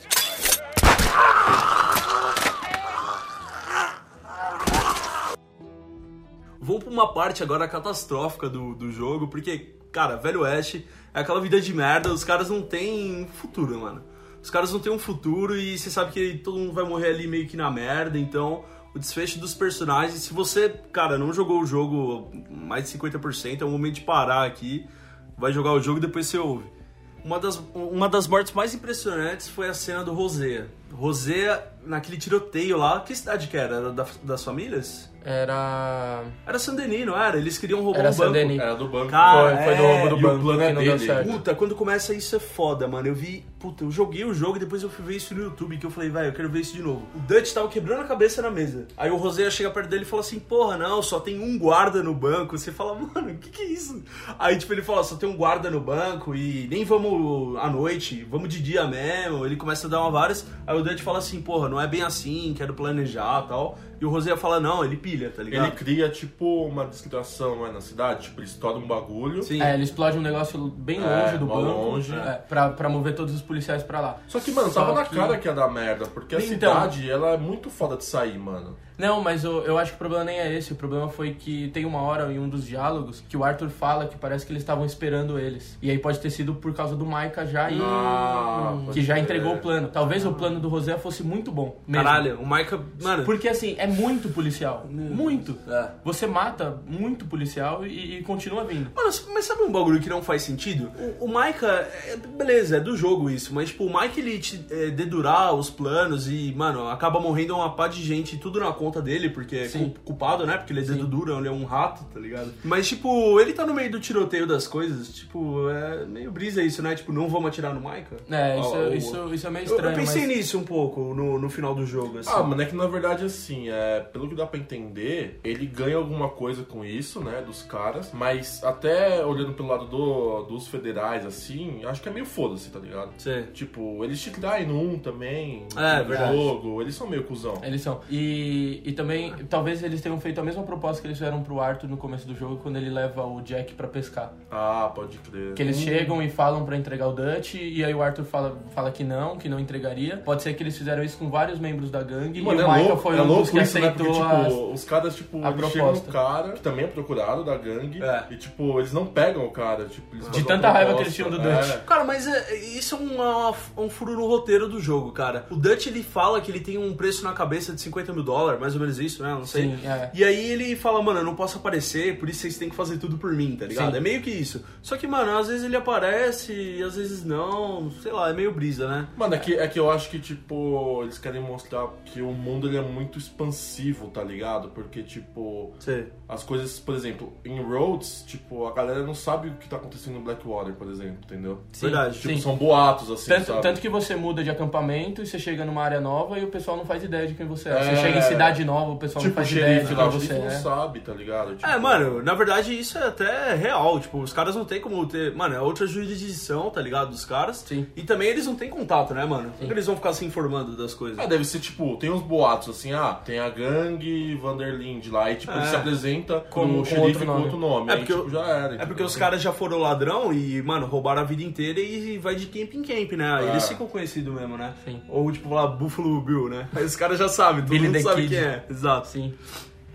S2: vou pra uma parte agora catastrófica do, do jogo, porque, cara, Velho Oeste é aquela vida de merda, os caras não têm futuro, mano. Os caras não têm um futuro e você sabe que todo mundo vai morrer ali meio que na merda, então o desfecho dos personagens, se você, cara, não jogou o jogo mais de 50%, é o momento de parar aqui, vai jogar o jogo e depois você ouve. Uma das, uma das mortes mais impressionantes foi a cena do Rosé. Rosé, naquele tiroteio lá, que cidade que era? Era da- das famílias?
S4: Era.
S2: Era San Denis, não era? Eles queriam roubar
S4: Era
S2: o banco.
S4: San Denis.
S3: Era do banco.
S2: Cara,
S4: foi, foi do roubo
S2: é,
S4: do
S3: e o
S4: banco
S3: plano
S4: que
S3: é
S4: não deu
S3: dele.
S4: certo.
S2: Puta, quando começa isso é foda, mano. Eu vi. Puta, eu joguei o jogo e depois eu fui ver isso no YouTube, que eu falei, velho, eu quero ver isso de novo. O Dutch tava quebrando a cabeça na mesa. Aí o Rosé chega perto dele e fala assim, porra, não, só tem um guarda no banco. Você fala, mano, o que que é isso? Aí, tipo, ele fala, só tem um guarda no banco e nem vamos à noite, vamos de dia mesmo. Ele começa a dar uma várias. Aí o Dutch fala assim, porra, não é bem assim, quero planejar tal. E o Rosé fala, não, ele pilha, tá ligado?
S3: Ele cria, tipo, uma distração não é, na cidade. Tipo, ele estoura um bagulho.
S2: Sim.
S4: É, ele explode um negócio bem
S3: É,
S4: longe do
S3: mó
S4: banco
S3: longe,
S4: é, pra, pra mover todos os policiais pra lá.
S3: Só que, mano, tava na
S4: que-
S3: cara que ia dar merda. Porque a
S4: Então.
S3: cidade, ela é muito foda de sair, mano.
S4: Não, mas eu, eu acho que o problema nem é esse. O problema foi que tem uma hora em um dos diálogos que o Arthur fala que parece que eles estavam esperando eles. E aí pode ter sido por causa do Maika já e.
S3: Ah,
S4: que
S3: pode
S4: já
S3: crer.
S4: entregou o plano. Talvez o plano do Rosé fosse muito bom. mesmo.
S2: Caralho, o Micah, mano,
S4: Porque assim, é muito policial. Muito.
S3: é.
S4: Você mata muito policial e, e continua vindo.
S2: Mano, mas sabe um bagulho que não faz sentido?
S4: Hum.
S2: O, o Micah, é- beleza, é do jogo isso, mas tipo, o Mike ele te, é, dedurar os planos e, mano, acaba morrendo uma pá de gente, tudo na conta dele, porque é
S4: Sim.
S2: cu- culpado, né? Porque ele é dedo duro, ele é um rato, tá ligado? Mas tipo, ele tá no meio do tiroteio das coisas, tipo, é meio brisa isso, né? Tipo, não vamos atirar no Micah?
S4: É,
S2: Ó,
S4: isso,
S2: ó, ó.
S4: isso, isso é meio
S2: Eu-
S4: estranho.
S2: eu pensei
S4: mas-
S2: nisso um pouco no, no final do jogo, assim.
S3: Ah, mano, é que na verdade, assim, é, pelo que dá pra entender, ele ganha alguma coisa com isso, né, dos caras, mas até olhando pelo lado do- dos federais, assim, acho que é meio foda-se, tá ligado?
S2: Sei.
S3: Tipo, eles te traem no um também,
S2: É,
S3: no
S2: verdade.
S3: jogo, eles são meio cuzão.
S4: Eles são. E, e também, talvez eles tenham feito a mesma proposta que eles fizeram pro Arthur no começo do jogo, quando ele leva o Jack pra pescar.
S3: Ah, pode crer.
S4: Que eles chegam e falam pra entregar o Dutch, e aí o Arthur fala, fala que não, que não entregaria. Pode ser que eles fizeram isso com vários membros da gangue,
S3: Mano,
S4: e o
S3: é
S4: Michael
S3: louco,
S4: foi
S3: é
S4: um
S3: louco
S4: dos que
S3: isso, né?
S4: aceitou
S3: Porque,
S4: a...
S3: tipo, os caras, tipo,
S4: a
S3: eles chegam no
S4: proposta.
S3: cara, que também é procurado da gangue,
S2: É.
S3: e, tipo, eles não pegam o cara, tipo, eles fazem uma
S4: tanta raiva que eles
S3: proposta,
S4: tinham do
S3: né?
S4: Dutch.
S2: Cara, mas é- isso é uma- um furo no roteiro do jogo, cara. O Dutch ele fala que ele tem um preço na cabeça de 50 mil dólares, mais ou menos isso, né? Não sei.
S4: Sim, é.
S2: E aí ele fala, mano, eu não posso aparecer, por isso vocês têm que fazer tudo por mim, tá ligado?
S4: Sim.
S2: É meio que isso. Só que, mano, às vezes ele aparece e às vezes não. Sei lá, é meio brisa, né?
S3: Mano, é que, é que eu acho que, tipo, eles querem mostrar que o mundo ele é muito expansivo, tá ligado? Porque, tipo,
S2: Sei.
S3: as coisas, por exemplo, em Rhodes, tipo, a galera não sabe o que tá acontecendo no Blackwater, por exemplo, entendeu?
S4: Sim,
S2: Verdade,
S3: Tipo,
S4: sim.
S3: são boatos, assim,
S4: Tanto,
S3: sabe?
S4: tanto que você muda de acampamento e você chega numa área nova e o pessoal não faz ideia de quem você é.
S3: É.
S4: Você chega em cidade nova, o pessoal não
S3: Tipo, o
S4: faz ideia
S3: xerife
S4: de quem
S3: lá, o
S4: você
S3: xerife não
S4: é.
S3: sabe, tá ligado? Tipo,
S2: É, mano, na verdade isso é até real. Tipo, os caras não tem como ter. Mano, é outra jurisdição, tá ligado? Dos caras.
S4: Sim.
S2: E também eles não têm contato, né, mano? Como que eles vão ficar se informando das coisas?
S3: É, deve ser, tipo, tem uns boatos, assim, ah, tem a gangue Vanderlind lá, e, tipo, ele
S2: É.
S3: se apresenta
S4: Como-
S3: como o
S4: com
S3: xerife
S4: outro
S3: com
S4: nome.
S3: outro nome.
S2: É
S3: aí,
S2: porque,
S3: tipo,
S2: o-
S3: já era.
S2: é
S3: entendeu?
S2: porque os caras já foram ladrão e, mano, roubaram a vida inteira e vai de camp em camp, né? Aí
S3: É.
S2: Eles ficam conhecidos mesmo, né?
S4: Sim.
S2: Ou tipo lá, Buffalo Bill, né? Aí os caras já sabem, todo
S4: Billy
S2: mundo
S4: the
S2: sabe
S4: Kid.
S2: quem é. Exato.
S4: Sim.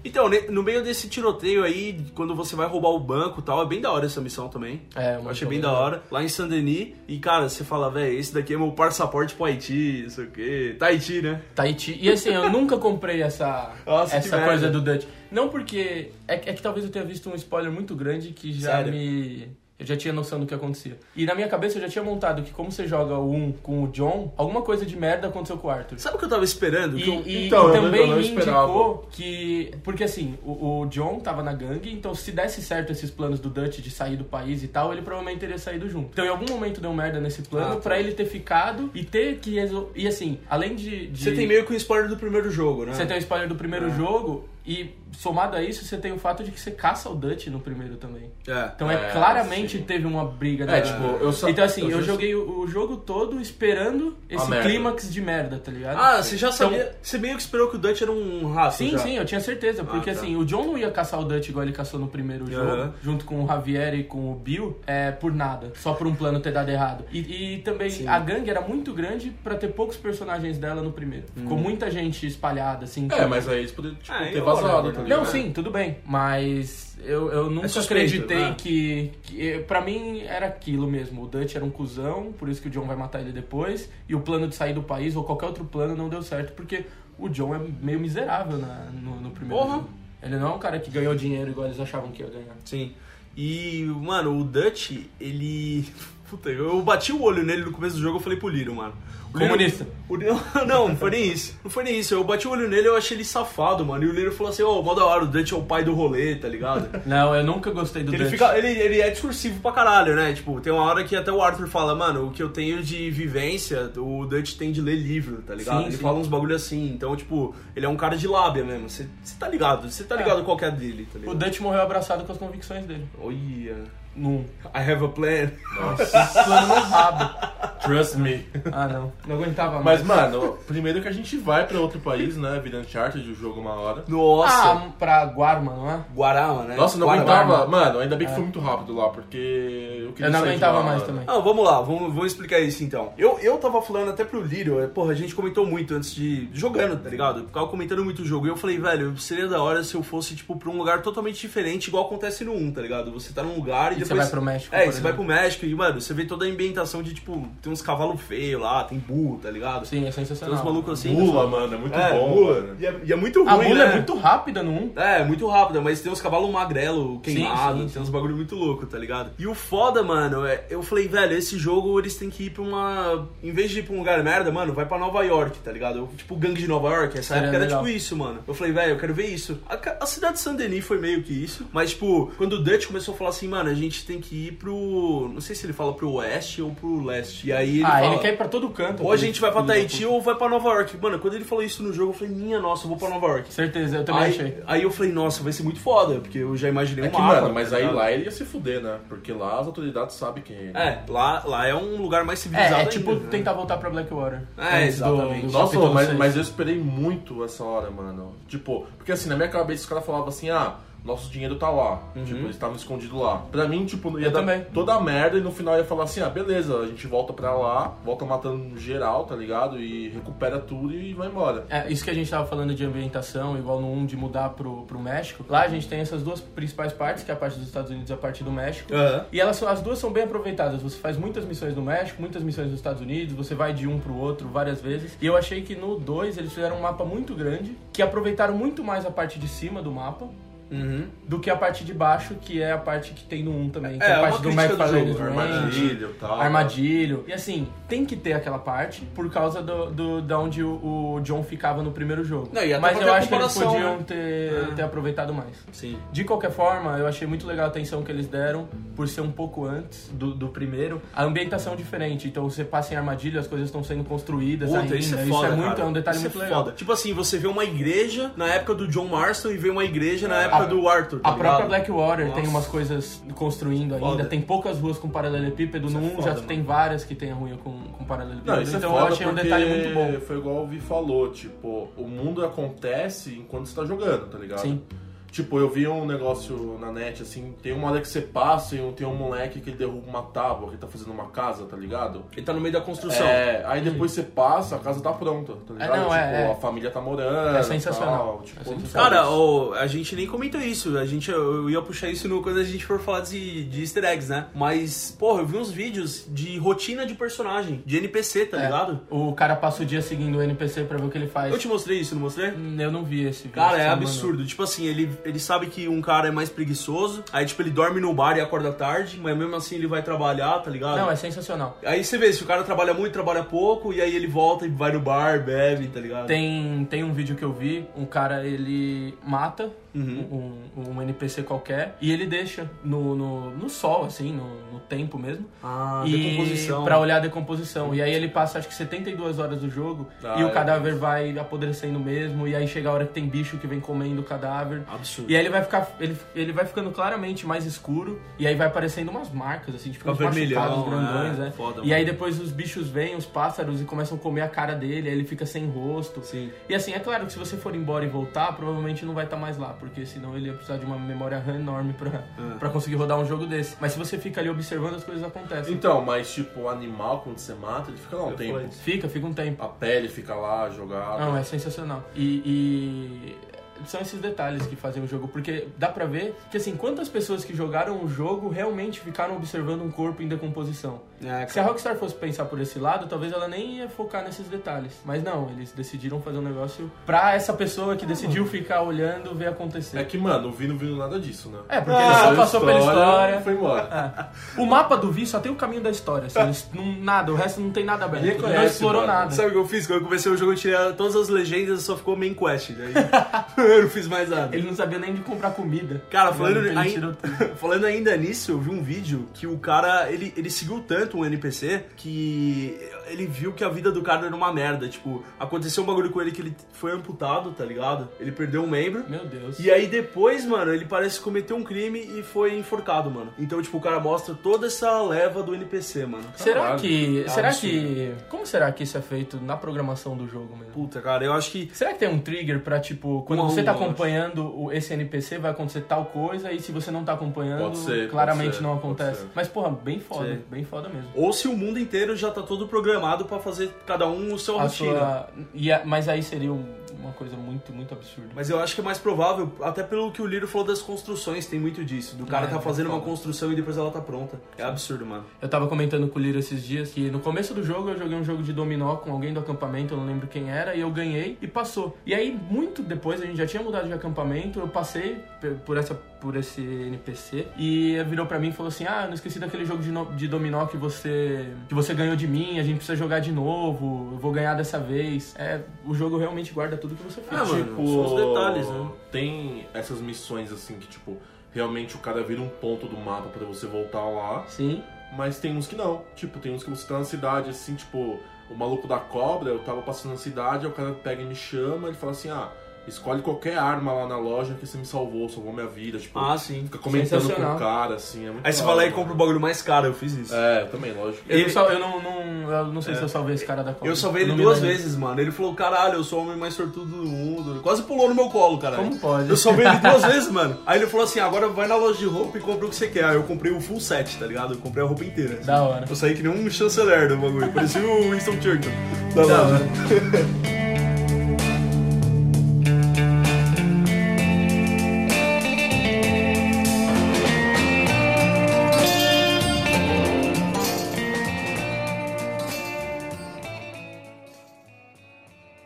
S2: Então, ne- no meio desse tiroteio aí, quando você vai roubar o banco e tal, é bem da hora essa missão também.
S4: É,
S2: Eu
S4: uma
S2: achei
S4: missão
S2: bem
S4: bem
S2: da
S4: da
S2: hora. Lá em Saint Denis, e cara, você fala, velho, esse daqui é meu passaporte pro Haiti, não sei o quê. Tahiti, né?
S4: Tahiti. E assim, eu nunca comprei essa,
S2: Nossa, que
S4: essa
S2: merda.
S4: coisa do Dutch. Não porque. É, que- é que talvez eu tenha visto um spoiler muito grande que já
S2: Sério?
S4: me. Eu já tinha noção do que acontecia. E na minha cabeça eu já tinha montado que, como você joga o 1 com o John, alguma coisa de merda aconteceu com o Arthur.
S2: Sabe o que eu tava esperando? Que
S4: E,
S2: eu-
S4: e-
S3: então,
S4: e
S3: eu não-
S4: também
S3: eu não
S4: me
S3: esperava.
S4: indicou que. Porque assim, o, o John tava na gangue, então se desse certo esses planos do Dutch de sair do país e tal, ele provavelmente teria saído junto. Então em algum momento deu merda nesse plano
S2: Ah, tá.
S4: pra ele ter ficado e ter que resolver. E assim, além de. de-
S2: Você tem meio que o spoiler do primeiro jogo, né?
S3: Ah.
S4: Você tem o spoiler do primeiro jogo e somado a isso, você tem o fato de que você caça o Dutch no primeiro também.
S2: É.
S4: Então é,
S3: É,
S4: claramente
S3: sim.
S4: teve uma briga.
S3: É,
S4: né?
S3: tipo, eu sa-
S4: Então assim,
S3: eu
S4: eu,
S3: just-
S4: joguei o, o jogo todo esperando esse
S3: merda.
S4: clímax de merda, tá ligado?
S2: Ah, você já
S4: Então-
S2: sabia. Você meio que esperou que o Dutch era um rato.
S4: Sim,
S2: já.
S4: sim, eu tinha certeza,
S3: Ah,
S4: porque
S2: tá.
S4: assim, o John não ia caçar o Dutch igual ele caçou no primeiro jogo,
S2: Aham.
S4: junto com o Javier e com o Bill, é, por nada, só por um plano ter dado errado. E, e também a gangue era muito grande pra ter poucos personagens dela no primeiro. Ficou muita gente espalhada, assim.
S3: Hum. É, mas aí eles poderiam, tipo,
S2: Ah,
S3: ter
S2: eu
S3: casado, tá ligado?
S4: Não, sim, tudo bem. Mas eu, eu nunca
S2: suspeito,
S4: acreditei
S2: né?
S4: que, que. Pra mim era aquilo mesmo. O Dutch era um cuzão, por isso que o John vai matar ele depois. E o plano de sair do país ou qualquer outro plano não deu certo, porque o John é meio miserável na- no, no primeiro
S2: Porra.
S4: jogo. Ele não é um cara que ganhou dinheiro igual eles achavam que ia ganhar.
S2: Sim. E, mano, o Dutch, ele. Puta, eu eu bati o olho nele no começo do jogo eu falei pro Liro, mano. O Liro-
S4: Comunista.
S2: o Liro- Não, não foi nem isso. Não foi nem isso. Eu bati o olho nele eu achei ele safado, mano. E o Liro falou assim: ô, mó da hora, o Dutch é o pai do rolê, tá ligado?
S4: Não, eu nunca gostei do
S2: Ele,
S4: Dutch.
S2: fica, ele, ele é discursivo pra caralho, né? Tipo, tem uma hora que até o Arthur fala, mano, o que eu tenho de vivência, o Dutch tem de ler livro, tá ligado?
S4: Sim,
S2: ele
S4: sim.
S2: fala uns bagulho assim, então, tipo, ele é um cara de lábia mesmo. Você tá ligado, você tá ligado qual que é a dele, tá
S4: O
S2: ligado?
S4: Dutch morreu abraçado com as convicções dele.
S2: Olha.
S4: Num
S2: I have a plan.
S4: plano no rabo.
S3: Trust me.
S4: Ah, não. Não aguentava mais.
S3: Mas, mano, primeiro que a gente vai pra outro país, né? Vira Uncharted, o jogo uma hora.
S2: Nossa.
S4: Ah, pra Guarma, não é?
S2: Guarama, né?
S3: Nossa, eu não
S2: Guarama.
S3: aguentava. Mano, ainda bem que foi muito rápido lá, porque eu queria
S4: Eu não
S3: sair de
S4: aguentava
S3: lá,
S4: mais
S3: mano.
S4: também.
S2: Não, Ah, vamos lá, vamos, vamos explicar isso então. Eu, eu tava falando até pro Lírio, é, porra, a gente comentou muito antes de. jogando, tá ligado? Eu ficava comentando muito o jogo. E eu falei, velho, seria da hora se eu fosse, tipo, pra um lugar totalmente diferente, igual acontece no 1, tá ligado? Você tá num lugar e,
S4: E você
S2: depois.
S4: vai pro México,
S2: É,
S4: por
S2: e você vai
S4: exemplo.
S2: pro México e, mano, você vê toda a ambientação de, tipo, tem uns cavalos feios lá, tem burro, tá ligado?
S4: Sim, é
S2: Tem uns
S4: sensacional.
S2: malucos assim.
S3: Mula, mano, é muito
S2: É,
S3: bom.
S2: mula.
S3: mano.
S2: E é, e é muito ruim,
S4: A
S2: né?
S4: mula é muito rápida no 1.
S2: É, muito rápida, mas tem uns cavalos magrelo, queimado,
S4: sim, sim.
S2: tem uns bagulho muito louco, tá ligado? E o foda, mano, é, eu falei, velho, esse jogo eles têm que ir pra uma. Em vez de ir pra um lugar merda, mano, vai pra Nova York, tá ligado? Eu, tipo, gangue de Nova York, essa
S4: Seria
S2: época era
S4: é legal.
S2: tipo isso, mano. Eu falei, velho, eu quero ver isso. A, ca- a cidade de Saint Denis foi meio que isso, mas, tipo, quando o Dutch começou a falar assim, mano, a gente tem que ir pro. Não sei se ele fala pro oeste ou pro leste. E aí ele
S4: ah,
S2: fala.
S4: ele quer ir pra todo canto.
S2: Ou a gente vai pra
S4: Filho da
S2: Tahiti ou vai pra Nova York. Mano, quando ele falou isso no jogo, eu falei, minha nossa, eu vou pra Nova York.
S4: puta. Certeza, eu também
S2: aí,
S4: achei.
S2: aí eu falei, nossa, vai ser muito foda, porque eu já imaginei
S3: É
S2: um
S3: que,
S2: mapa,
S3: mano, mas
S2: tá
S3: aí
S2: ligado?
S3: lá ele ia se fuder, né? Porque lá as autoridades sabem quem é ele.
S2: É, lá, lá é um lugar mais
S4: É,
S2: civilizado
S4: é
S2: ainda,
S4: tipo
S2: né?
S4: tentar voltar pra Blackwater.
S2: É,
S4: Antes do-
S2: exatamente.
S4: do
S3: Nossa,
S4: capítulo
S3: mas,
S4: seis.
S3: mas eu esperei muito essa hora, mano. Tipo, porque assim, na minha cabeça os caras falavam assim, ah, nosso dinheiro tá lá. Tipo, eles estavam escondidos lá. Pra mim, tipo, ia
S4: Eu
S3: dar
S4: também.
S3: toda a merda e no final ia falar assim, ah, beleza, a gente volta pra lá, volta matando geral, tá ligado? E recupera tudo e vai embora.
S4: É, isso que a gente tava falando de ambientação, igual no 1 de mudar pro, pro México. Lá a gente tem essas duas principais partes, que é a parte dos Estados Unidos e a parte do México.
S2: Aham.
S4: E elas são- as duas são bem aproveitadas. Você faz muitas missões no México, muitas missões nos Estados Unidos, você vai de um pro outro várias vezes. E eu achei que no 2 eles fizeram um mapa muito grande, que aproveitaram muito mais a parte de cima do mapa.
S2: Uhum.
S4: Do que a parte de baixo, que é a parte que tem no 1 também. Que
S2: É,
S4: é, a
S2: é uma
S4: parte do
S2: crítica do
S4: McFarlane's
S2: jogo,
S4: Ranch,
S3: Armadilha e tal.
S4: Armadilho. E assim, tem que ter aquela parte por causa do, do- da onde o, o John ficava no primeiro jogo.
S2: Não, e até
S4: Mas
S2: pra
S4: eu
S2: ter a
S4: acho que eles
S2: comparação,
S4: podiam
S2: né?
S4: ter, ter aproveitado mais.
S2: Sim.
S4: De qualquer forma, eu achei muito legal a atenção que eles deram por ser um pouco antes do, do primeiro. A ambientação é diferente, então você passa em armadilha, as coisas estão sendo construídas ainda.
S2: Puta, isso é foda,
S4: muito,
S2: cara.
S4: é um detalhe
S2: Isso
S4: muito
S2: é
S4: legal.
S2: foda. Tipo assim, você vê uma igreja na época do John Marston e vê uma igreja na época do Arthur, tá
S4: É. A própria
S2: ligado?
S4: Blackwater tem
S2: Nossa.
S4: umas coisas construindo ainda,
S2: Foda. é
S4: tem poucas ruas com paralelepípedo, no 1 já
S2: foda,
S4: tem várias que tem a rua com, com paralelepípedo,
S3: Não, isso
S4: então
S3: é foda
S4: eu achei um
S3: porque
S4: detalhe muito bom.
S3: Foi igual o Vi falou, tipo, o mundo acontece enquanto você tá jogando, tá ligado?
S4: Sim.
S3: Tipo, eu vi um negócio na net, assim, tem uma hora que você passa e um- tem um moleque que ele derruba uma tábua, que ele tá fazendo uma casa, tá ligado?
S2: Ele tá no meio da construção.
S3: É, aí depois você passa, a casa tá pronta, tá ligado?
S4: não,
S3: tipo,
S4: é, é.
S3: a família tá morando.
S4: É sensacional.
S3: Tal, tipo,
S4: É sensacional.
S2: Cara, ô, a gente nem comentou isso. A gente, eu ia puxar isso no, quando a gente for falar de, de easter eggs, né? Mas, porra, eu vi uns vídeos de rotina de personagem, de NPC, tá
S4: É.
S2: ligado?
S4: O cara passa o dia seguindo o NPC pra ver o que ele faz.
S2: Eu te mostrei isso, não mostrei?
S4: Hum, eu não vi esse vídeo.
S2: Cara,
S4: você
S2: é
S4: mandou.
S2: absurdo. Tipo assim, ele, ele sabe que um cara é mais preguiçoso, aí, tipo, ele dorme no bar e acorda tarde, mas mesmo assim ele vai trabalhar, tá ligado?
S4: Não, é sensacional.
S2: Aí você vê se o cara trabalha muito, trabalha pouco, e aí ele volta e vai no bar, bebe, tá ligado?
S4: Tem, tem um vídeo que eu vi, um cara ele mata
S2: Uhum.
S4: um, um NPC qualquer e ele deixa no, no, no sol, assim, no, no tempo mesmo.
S2: Ah,
S4: e
S2: decomposição.
S4: Pra olhar a decomposição. E aí ele passa acho que 72 horas do jogo
S3: Ah,
S4: e o
S3: é.
S4: cadáver vai apodrecendo mesmo. E aí chega a hora que tem bicho que vem comendo o cadáver.
S2: Absurdo.
S4: E aí ele vai ficar. Ele, ele vai ficando claramente mais escuro. E aí vai aparecendo umas marcas, assim, tipo,
S2: Fica
S4: uns machucados
S2: vermelhão,
S4: grandões,
S2: é.
S4: né?
S2: Foda,
S4: e aí
S2: mano.
S4: depois os bichos vêm, os pássaros, e começam a comer a cara dele, aí ele fica sem rosto.
S2: Sim.
S4: E assim, é claro que se você for embora e voltar, provavelmente não vai estar mais lá, porque senão ele ia precisar de uma memória RAM enorme pra, pra conseguir rodar um jogo desse. Mas se você fica ali observando, as coisas acontecem.
S3: Então, mas tipo, o animal, quando você mata, ele fica lá um tempo.
S2: falei.
S4: Fica, fica um tempo.
S3: A pele fica lá jogada.
S4: Não, é sensacional. E, e são esses detalhes que fazem o jogo, porque dá pra ver que assim, quantas pessoas que jogaram o jogo realmente ficaram observando um corpo em decomposição.
S2: É,
S4: Se a
S2: cara.
S4: Rockstar fosse pensar por esse lado, talvez ela nem ia focar nesses detalhes. Mas não, eles decidiram fazer um negócio pra essa pessoa que decidiu ficar olhando ver acontecer.
S3: É que, mano, o Vi não viu nada disso, né?
S4: É, porque ele só
S3: Viu
S4: passou pela história. É.
S3: Foi embora.
S4: O mapa do Vi só tem o caminho da história, assim, eles- não- nada, o resto não tem nada aberto. Ele não
S3: Reconhece,
S4: explorou
S3: mano.
S4: nada.
S2: Sabe o que eu fiz? Quando eu comecei o jogo, eu tirei todas as legendas e só ficou main quest. Daí eu não fiz mais nada.
S4: Ele não sabia nem de comprar comida.
S2: Cara, falando,
S4: Ele
S2: ai-
S4: tirou tudo.
S2: falando ainda nisso, eu vi um vídeo que o cara, ele, ele seguiu tanto um NPC que ele viu que a vida do cara era uma merda. Tipo, aconteceu um bagulho com ele que ele foi amputado, tá ligado? Ele perdeu um membro.
S4: Meu Deus.
S2: E aí depois, mano, ele parece que cometeu um crime e foi enforcado, mano. Então, tipo, o cara mostra toda essa leva do NPC, mano.
S4: Será
S3: Caralho,
S4: que.
S3: é
S4: será
S3: absurdo.
S4: que. Como será que isso é feito na programação do jogo mesmo?
S2: Puta, cara, eu acho que
S4: Será que tem um trigger pra, tipo, quando
S2: Um a
S4: você
S2: um,
S4: tá
S2: eu acho.
S4: acompanhando o- esse NPC, vai acontecer tal coisa, e se você não tá acompanhando,
S3: Pode ser, pode
S4: claramente
S3: ser,
S4: não
S3: pode
S4: acontece.
S3: ser.
S4: Mas, porra, bem foda,
S2: Sim.
S4: bem foda mesmo.
S2: Ou se o mundo inteiro já tá todo programado pra fazer cada um o seu
S4: A
S2: rotina.
S4: sua- e a- mas aí seria um- uma coisa muito, muito absurda.
S2: Mas eu acho que é mais provável, até pelo que o Liro falou das construções, tem muito disso. Do cara
S4: É,
S2: tá
S4: é
S2: fazendo uma
S4: foda.
S2: construção e depois ela tá pronta. É absurdo, mano.
S4: Eu tava comentando com o Lira esses dias que no começo do jogo eu joguei um jogo de dominó com alguém do acampamento, eu não lembro quem era, e eu ganhei e passou. E aí, muito depois, a gente já tinha mudado de acampamento, eu passei pe- por essa por esse NPC e ele virou pra mim e falou assim: "Ah, eu não esqueci daquele jogo de, no- de dominó que você que você ganhou de mim, a gente precisa jogar de novo, eu vou ganhar dessa vez". É, o jogo realmente guarda tudo que você fez.
S2: Ah, mano,
S3: tipo,
S2: são os detalhes, né?
S3: Tem essas missões assim que, tipo, realmente o cara vira um ponto do mapa pra você voltar lá,
S4: Sim.
S3: mas tem uns que não. Tipo, tem uns que você tá na cidade, assim, tipo, o maluco da cobra, eu tava passando na cidade, aí o cara pega e me chama, ele fala assim, ah, escolhe qualquer arma lá na loja que você me salvou, salvou minha vida, tipo,
S2: Ah, sim.
S3: fica comentando com
S4: sensacional.
S3: o cara, assim, é muito
S2: Aí você
S3: da
S2: vai lá e
S3: hora,
S2: compra o
S3: mano.
S2: bagulho mais caro, eu fiz isso.
S3: É, eu também, lógico.
S4: Eu,
S2: Ele- É.
S4: só, eu não, não, eu não sei se eu salvei esse cara da cobra.
S2: Eu salvei ele
S4: Não me
S2: duas
S4: lembro.
S2: vezes, mano. Ele falou, caralho, eu sou o homem mais sortudo do mundo. Ele quase pulou no meu colo, caralho.
S4: Como pode?
S2: Eu salvei ele duas vezes, mano. Aí ele falou assim, agora vai na loja de roupa e compra o que você quer. Aí eu comprei o full set, tá ligado? Eu comprei a roupa inteira.
S4: Da hora.
S3: Tá
S2: Eu saí que nem um chanceler do bagulho. Parecia o Winston Churchill.
S3: Tá
S2: Da
S4: Da
S2: loja.
S4: hora.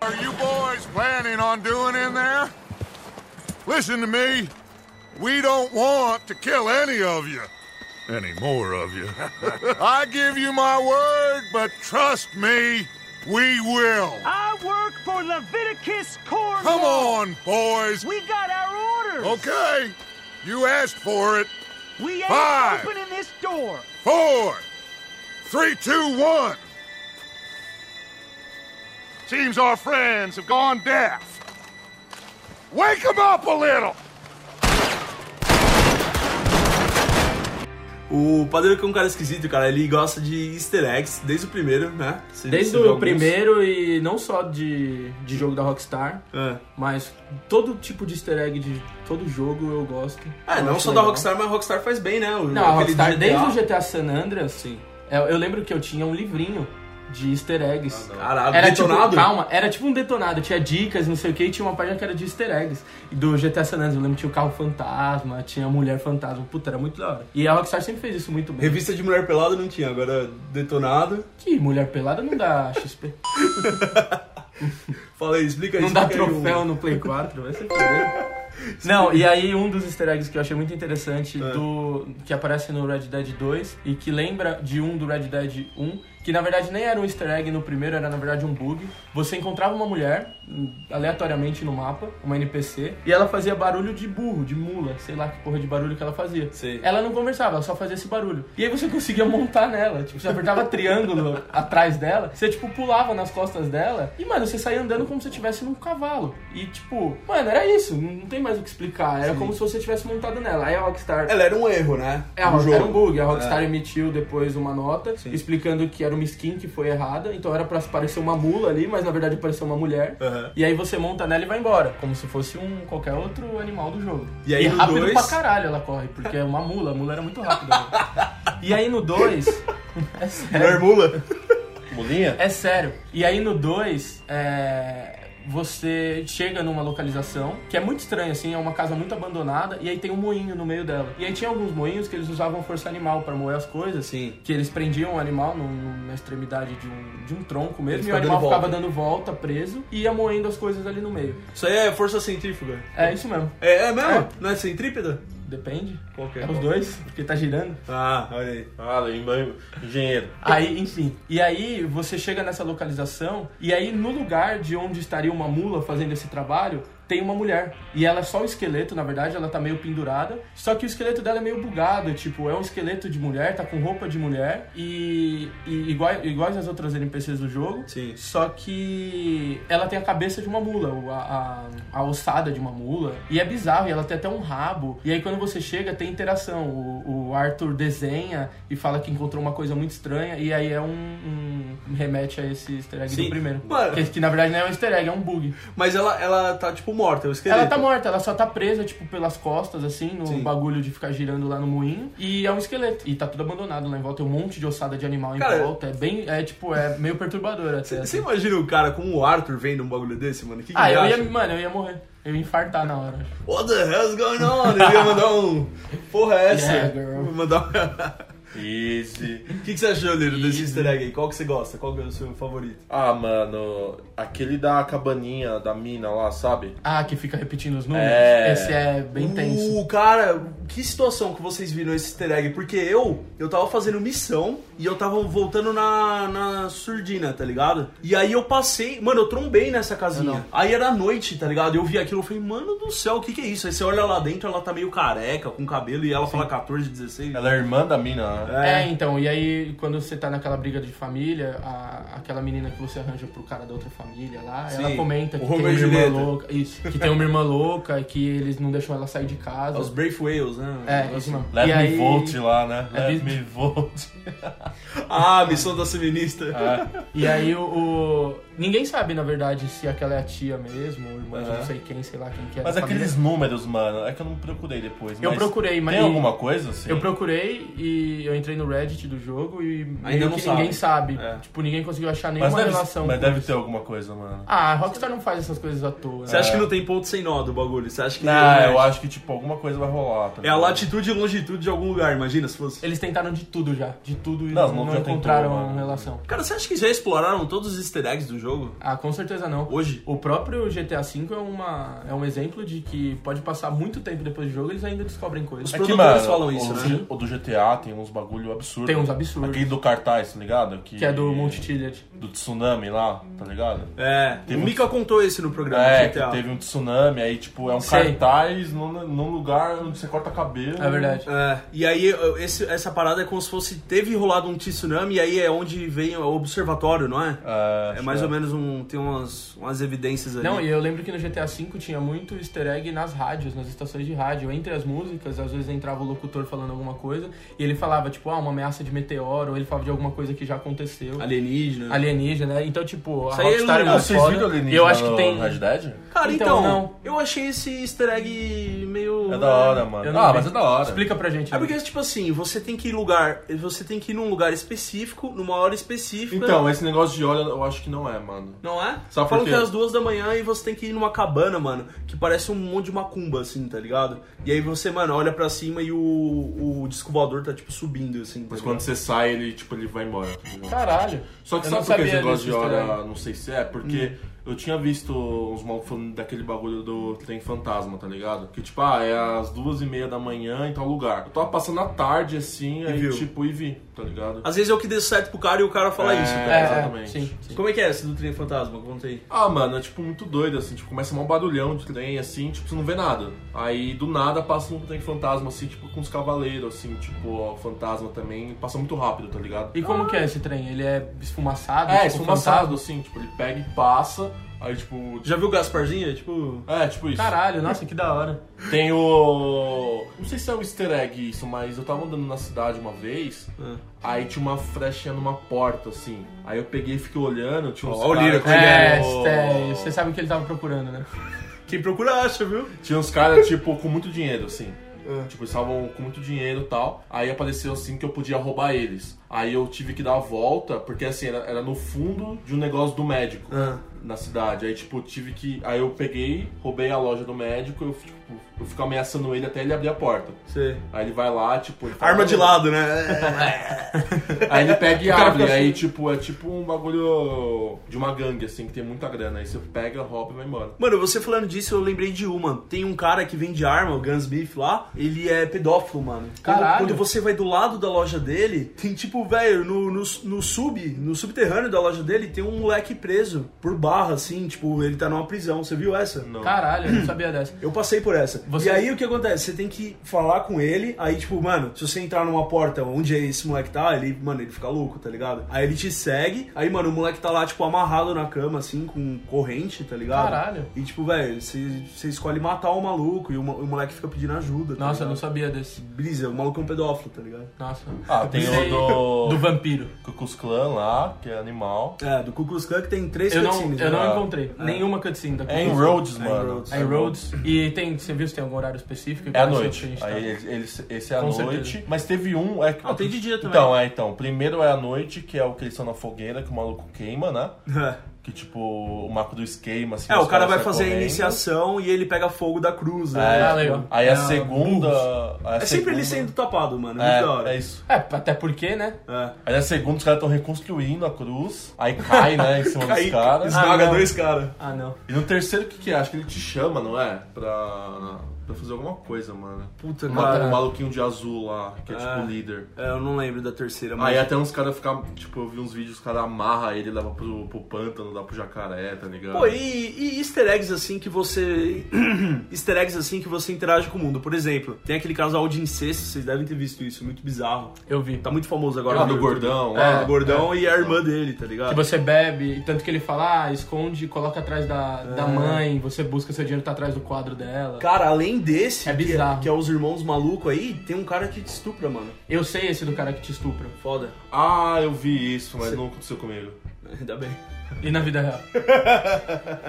S7: Are you boys planning on doing in there? Listen to me. We don't want to kill any of you. Any more of you. I give you my word, but trust me, we will.
S1: I work for Leviticus Corps.
S7: Come on, boys.
S1: We got our orders.
S7: Okay. You asked for it.
S1: We ain't
S7: Five.
S1: opening this door.
S7: Four, three, two, one. Seems our friends have gone deaf. Wake 'em up a little.
S2: O Padre que é um cara esquisito, cara. Ele gosta de easter eggs desde o primeiro, né? Você-
S4: Desde
S2: você viu
S4: o
S2: alguns?
S4: primeiro e não só de, de jogo da Rockstar,
S2: É,
S4: mas todo tipo de easter egg de todo jogo eu gosto.
S2: É,
S4: Eu
S2: não
S4: acho
S2: só da
S4: legal.
S2: Rockstar, mas a Rockstar faz bem, né? O-
S4: Não, a
S2: aquele
S4: Rockstar,
S2: GTA.
S4: desde o GTA San Andreas, Eu, eu lembro que eu tinha um livrinho de easter eggs.
S2: Ah, Caralho,
S4: era
S2: detonado?
S4: tipo, calma, era tipo um detonado, tinha dicas, não sei o que, e tinha uma página que era de easter eggs. E do GTA San Andreas, eu lembro que tinha o carro fantasma, tinha a mulher fantasma, puta, era muito da hora. E a Rockstar sempre fez isso muito bem.
S2: Revista de Mulher Pelada não tinha, agora detonado.
S4: Que mulher pelada não dá XP.
S2: Fala aí, explica aí.
S4: Não dá
S2: explica aí
S4: troféu né? no Play 4, vai ser foder. é um Não, e aí um dos easter eggs que eu achei muito interessante do que aparece no Red Dead 2 e que lembra de um do Red Dead 1, que na verdade nem era um easter egg no primeiro, era na verdade um bug. Você encontrava uma mulher hum, aleatoriamente no mapa, uma NPC, e ela fazia barulho de burro, de mula, sei lá que porra de barulho que ela fazia.
S2: Sei.
S4: Ela não conversava, ela só fazia esse barulho. E aí você conseguia montar nela. Tipo, você apertava triângulo atrás dela, você, tipo, pulava nas costas dela e, mano, você saía andando como se você estivesse num cavalo. E, tipo, mano, era isso. Não não tem mais o que explicar. Era como se você tivesse montado nela. Aí a Rockstar.
S2: Ela era um erro, né?
S4: É, a
S2: No É.
S4: Rockstar era um bug. A Rockstar emitiu depois uma nota explicando que era uma skin que foi errada. Então era pra parecer uma mula ali, mas na verdade parecia uma mulher.
S2: Aham.
S4: E aí você monta nela e vai embora, como se fosse um qualquer outro animal do jogo.
S2: E aí no
S4: rápido
S2: dois-
S4: pra caralho ela corre, porque é uma mula. A mula era muito rápida. né? e aí no 2... É sério.
S2: Mulher Mula?
S3: Mulinha?
S4: É sério. E aí no 2, você chega numa localização que é muito estranha, assim, é uma casa muito abandonada e aí tem um moinho no meio dela. E aí tinha alguns moinhos que eles usavam força animal pra moer as coisas,
S2: Sim.
S4: que eles prendiam o animal no- no- na extremidade de um, de um tronco
S2: Ele
S4: mesmo e
S2: ficava
S4: o
S2: dando
S4: animal ficava
S2: volta.
S4: dando volta preso e ia moendo as coisas ali no meio.
S2: Isso aí é força centrífuga.
S4: É isso mesmo,
S2: É, é mesmo? Não é centrípeda?
S4: depende.
S2: Qual que
S4: É os dois, porque tá girando.
S2: Ah, olha aí.
S3: Ah, lembra, engenheiro.
S4: Aí, enfim. E aí você chega nessa localização e aí no lugar de onde estaria uma mula fazendo esse trabalho, tem uma mulher. E ela é só o esqueleto, na verdade, ela tá meio pendurada. Só que o esqueleto dela é meio bugado, tipo, é um esqueleto de mulher, tá com roupa de mulher e, e igual iguais as outras NPCs do jogo.
S2: Sim.
S4: Só que ela tem a cabeça de uma mula, o- a, a, a ossada de uma mula. E é bizarro, e ela tem até um rabo. E aí quando você chega, tem interação. O, o Arthur desenha e fala que encontrou uma coisa muito estranha. E aí é um, um- remete a esse easter egg
S2: Sim.
S4: do primeiro.
S2: Mano.
S4: Que, que, na verdade não é um easter egg, é um bug.
S2: Mas ela, ela tá, tipo, morta, eu esqueci.
S4: Ela tá morta, ela só tá presa, tipo, pelas costas, assim, no
S2: Sim.
S4: bagulho de ficar girando lá no moinho. E é um esqueleto. E tá tudo abandonado lá em volta. Tem um monte de ossada de animal em
S2: Cara,
S4: volta. É bem, é tipo, é meio perturbador até. assim.
S2: Você imagina o cara como o Arthur vendo um bagulho desse, mano? Que que
S4: Ah,
S2: ele
S4: eu
S2: acha?
S4: ia, mano, eu ia morrer. Eu ia infartar na hora.
S2: What the hell's going on? Ele ia mandar um. Porra, é essa?
S4: Yeah, girl.
S2: Mandar um-
S3: Easy.
S2: O que, que você achou, Liro, desse easter egg aí? Qual que você gosta? Qual que é o seu favorito?
S3: Ah, mano, aquele da cabaninha da mina lá, sabe?
S4: Ah, que fica repetindo os números?
S3: É.
S4: Esse é bem tenso.
S2: O Uh, cara, que situação que vocês viram esse easter egg? Porque eu, eu tava fazendo missão e eu tava voltando na, na surdina, tá ligado? E aí eu passei, mano, eu trombei nessa casinha. Aí era noite, tá ligado? Eu vi aquilo, eu falei, mano do céu, o que que é isso? Aí você olha lá dentro, ela tá meio careca, com cabelo, e ela fala 14, 16.
S3: Ela é irmã da mina, né?
S4: É, então, e aí quando você tá naquela briga de família, a- aquela menina que você arranja pro cara da outra família lá, ela
S2: Sim.
S4: comenta
S2: O
S4: que tem
S2: Romeu
S4: uma
S2: e
S4: irmã
S2: Julieta.
S4: louca. Isso, que tem uma irmã louca e que eles não deixam ela sair de casa.
S2: Os Brave Whales, né?
S4: É, isso mesmo.
S3: Let
S4: e
S3: me
S4: aí...
S3: vote lá, né?
S4: É
S3: Let
S4: bis-
S3: me vote.
S2: Ah, missão da feminista.
S4: E aí o, o- Ninguém sabe, na verdade, se aquela é a tia mesmo, ou irmã de não sei quem, sei lá quem que é.
S3: Mas
S4: da família.
S3: aqueles números, mano, é que eu não procurei depois.
S4: Eu procurei, mas-
S3: Tem alguma coisa assim?
S4: Eu procurei e eu entrei no Reddit do jogo e meio
S2: não
S4: que
S2: sabe.
S4: ninguém sabe.
S2: É.
S4: Tipo, ninguém conseguiu achar
S3: mas
S4: nenhuma
S3: deve,
S4: relação.
S3: mas
S4: com
S3: deve
S4: isso.
S3: ter alguma coisa, mano.
S4: Ah, a Rockstar não faz essas coisas à toa.
S2: Você acha que não tem ponto sem nó do bagulho? Você acha que.
S3: Não, Ah, eu acho que, tipo, alguma coisa vai rolar. tá
S2: É a
S3: ligado?
S2: latitude e longitude de algum lugar, imagina se fosse.
S4: Eles tentaram de tudo já. De tudo e
S3: Não,
S4: não,
S3: nunca tentou,
S4: encontraram
S3: mano.
S4: relação.
S2: Cara, você acha que já exploraram todos os easter eggs do jogo?
S4: Ah, com certeza não.
S2: Hoje?
S4: O próprio GTA V é, uma, é um exemplo de que pode passar muito tempo depois do jogo e eles ainda descobrem coisas.
S2: Os
S3: que,
S2: produtores
S3: mano,
S2: falam
S3: o
S2: isso,
S3: do
S2: né?
S3: G- O do GTA tem uns bagulho absurdo.
S4: Tem uns absurdos.
S3: Aquele do cartaz, tá ligado? Que,
S4: Que é do Monte Tillet.
S3: Do tsunami lá, tá ligado?
S2: É. o
S3: um-
S2: Mika contou esse no programa
S3: É,
S2: do GTA.
S3: que teve um tsunami, aí, tipo, é um
S4: Sei.
S3: cartaz num, num lugar onde você corta cabelo.
S4: É verdade.
S2: É, e aí eu- esse- essa parada é como se fosse. Teve rolado um tsunami e aí é onde vem o observatório, não é?
S3: É,
S2: É mais ou menos um. Tem umas, umas evidências ali.
S4: Não, e eu lembro que no GTA V tinha muito easter egg nas rádios, nas estações de rádio. Entre as músicas, às vezes entrava o locutor falando alguma coisa e ele falava, tipo, ah, uma ameaça de meteoro, ou ele falava de alguma coisa que já aconteceu.
S2: Alienígena.
S4: Alienígena, né? Então, tipo, a
S2: Isso aí é
S4: Rockstar é
S2: iluminado.
S4: muito
S3: Vocês
S4: foda.
S3: viram alienígena
S4: Eu acho que
S3: no
S4: tem...
S3: Red Dead?
S2: Cara, então,
S4: Então, não.
S2: eu achei esse easter egg meio.
S3: É da hora,
S4: Eu
S3: mano.
S4: não
S3: Ah,
S4: vi.
S3: mas é da hora.
S4: Explica pra gente.
S2: É
S4: né?
S2: porque, tipo assim, você tem que ir lugar. Você tem que ir num lugar específico, numa hora específica.
S3: Então, esse negócio de óleo eu acho que não é, mano.
S2: Não é?
S3: Sabe por
S2: Falam que
S3: quê?
S2: é às duas da manhã e você tem que ir numa cabana, mano, que parece um monte de macumba, assim, tá ligado? E aí você, mano, olha pra cima e o, o disco voador tá, tipo, subindo, assim. Tá
S3: Mas quando
S2: ligado?
S3: você sai, ele, tipo, ele vai embora. tá ligado?
S4: Caralho.
S3: Só que
S4: Eu
S3: sabe
S4: não
S3: por que
S4: sabia Hum.
S3: esse negócio de
S4: desse easter
S3: hora, não sei se é, porque eu tinha visto uns malucos falando daquele bagulho do trem fantasma, tá ligado? Que tipo, ah, é às duas e meia da manhã em tal lugar. Eu tava passando a tarde assim, aí
S2: viu?
S3: tipo, e vi, tá ligado?
S2: Às vezes é o que deu certo pro cara e o cara fala isso,
S3: É,
S2: cara.
S4: É,
S3: exatamente.
S4: Sim, sim.
S2: Como é que é esse do trem fantasma? Conta aí.
S3: Ah, mano, é tipo muito doido, assim, tipo, começa um barulhão de trem, assim, tipo, você não vê nada. Aí do nada passa um trem fantasma, assim, tipo, com os cavaleiros, assim, tipo, ó, fantasma também, passa muito rápido, tá ligado?
S4: E como que é esse trem? Ele é esfumaçado?
S3: É,
S4: tipo,
S3: esfumaçado,
S4: fantasma?
S3: assim, tipo, ele pega e passa, aí tipo.
S2: Já viu o Gasparzinho? É, Tipo.
S3: É, tipo isso.
S4: Caralho, nossa, que da hora.
S3: Tem o. Não sei se é um easter egg isso, mas eu tava andando na cidade uma vez,
S2: É.
S3: aí tinha uma frechinha numa porta, assim. Aí eu peguei e fiquei olhando, tinha uns.
S2: Ó, ó o Lira,
S3: caras-
S4: É,
S3: tipo,
S4: é, você sabe o que ele tava procurando, né?
S2: Quem procura acha, viu?
S3: Tinha uns caras, tipo, com muito
S2: É.
S3: dinheiro, assim. Tipo, eles estavam com muito dinheiro e tal. Aí apareceu assim que eu podia roubar eles. Aí eu tive que dar a volta, porque assim, era, era no fundo de um negócio do médico
S2: Ah.
S3: na cidade. Aí, tipo, tive que. Aí eu peguei, roubei a loja do médico, eu, tipo, eu fico ameaçando ele até ele abrir a porta.
S2: Sei.
S3: Aí ele vai lá, tipo. ele fala,
S2: Arma de
S3: "Não".
S2: lado, né?
S3: Aí ele pega e
S4: O cara
S3: abre.
S4: fica
S2: assim.
S3: Aí, tipo, é tipo um bagulho de uma gangue, assim, que tem muita grana. Aí você pega, rouba e vai embora.
S2: Mano, você falando disso, eu lembrei de uma. Tem um cara que vende arma, o Gunsmith lá. Ele é pedófilo, mano. Quando-
S4: Caralho.
S2: Quando, você vai do lado da loja dele, tem tipo, velho, no, no, no sub, no subterrâneo da loja dele, tem um moleque preso por barra, assim, tipo, ele tá numa prisão. Você viu essa?
S3: Não.
S4: Caralho, eu não sabia dessa.
S2: Eu passei por essa.
S4: Você-
S2: E aí o que acontece? Você tem que falar com ele, aí tipo, mano, se você entrar numa porta onde esse moleque tá, ele, mano, ele fica louco, tá ligado? Aí ele te segue, aí, mano, o moleque tá lá, tipo, amarrado na cama, assim, com corrente, tá ligado?
S4: Caralho.
S2: E tipo, velho, você você escolhe matar o maluco e o, ma- o moleque fica pedindo ajuda. Tá
S4: Nossa, eu não
S2: ligado?
S4: sabia desse.
S2: Brisa, o maluco é um pedófilo, tá ligado?
S4: Nossa.
S3: Ah, tem
S4: Isso aí,
S3: o do.
S4: Do vampiro.
S3: Ku Klux Klan lá, que é animal.
S2: É, do Ku Klux Klan que tem três
S4: Eu não,
S2: cutscenes,
S4: eu
S2: né?
S4: não encontrei nenhuma cutscene da
S3: É em
S4: Cthulhu.
S2: É
S3: Rhodes,
S2: em
S3: mano.
S2: Rhodes.
S4: É em Rhodes. E tem, você viu se tem algum horário específico? Então,
S3: É à
S4: Qual o
S3: noite.
S4: seu
S3: Aí
S4: que a gente
S3: ele- ele- esse é à
S4: Com
S3: noite.
S4: certeza.
S3: Mas teve um. É,
S2: Ah, tem de dia também.
S3: Então, é, então. Primeiro é à noite, que é o que eles estão na fogueira, que o maluco queima, né? Que tipo, o mapa do esquema, assim.
S2: É,
S3: os
S2: o cara
S3: caras
S2: vai
S3: saem
S2: fazer a
S3: correndo.
S2: iniciação e ele pega fogo da cruz,
S3: É,
S2: né?
S4: Ah, legal.
S3: Aí a
S4: Ah,
S3: segunda. aí a
S2: É sempre ele
S3: segunda-
S2: sendo tapado, mano. É, muito da hora.
S3: É, é isso.
S4: tá? É, até porque, né?
S2: É.
S3: Aí a segunda os caras estão reconstruindo a cruz, aí cai, né, em cima dos
S2: Aí
S3: caras.
S2: esmaga
S4: Ah, não.
S2: dois caras.
S4: Ah, não.
S3: E no terceiro, o que que é? Acho que ele te chama, não é? Pra, pra fazer alguma coisa, mano.
S2: Puta,
S3: Mata um
S2: cara.
S3: maluquinho de azul lá, que é tipo
S2: Ah.
S3: o líder.
S2: É, eu não lembro da terceira, mas.
S3: Aí até uns caras ficam, tipo, eu vi uns vídeos, os caras amarram ele, leva pro, pro pântano, dá pro jacaré, tá ligado?
S2: Pô, e, e easter eggs assim que você. easter eggs assim que você interage com o mundo. Por exemplo, tem aquele casal de incesto, vocês devem ter visto isso, muito bizarro.
S4: Eu vi.
S3: Então,
S2: Tá muito famoso agora.
S3: Lá
S2: no
S3: Ah, do
S2: YouTube.
S3: gordão,
S2: É,
S3: lá.
S2: do gordão e a irmã dele, tá ligado?
S4: Que você bebe, e tanto que ele fala, ah, esconde, coloca atrás da,
S3: É.
S4: da mãe, você busca seu dinheiro, tá atrás do quadro dela.
S2: Cara, além desse,
S4: É
S2: que,
S4: bizarro.
S2: que é os irmãos malucos aí, tem um cara que te estupra, mano.
S4: Eu sei esse do cara que te estupra.
S2: Foda.
S3: Ah, eu vi isso, mas não aconteceu comigo.
S2: Ainda bem.
S4: E na vida real.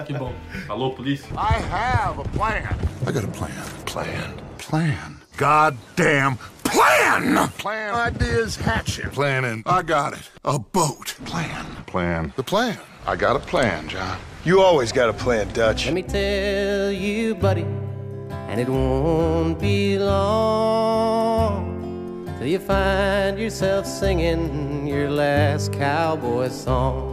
S4: que bom.
S3: Alô, polícia?
S7: I have a plan. I got a plan. Plan. Plan. Goddamn plan! Plan. Ideas hatching. Planning. I got it. A boat. Plan. Plan. The plan. I got a plan, John. You always got a plan, Dutch.
S8: Let me tell you, buddy, and it won't be long till you find yourself singing your last cowboy song.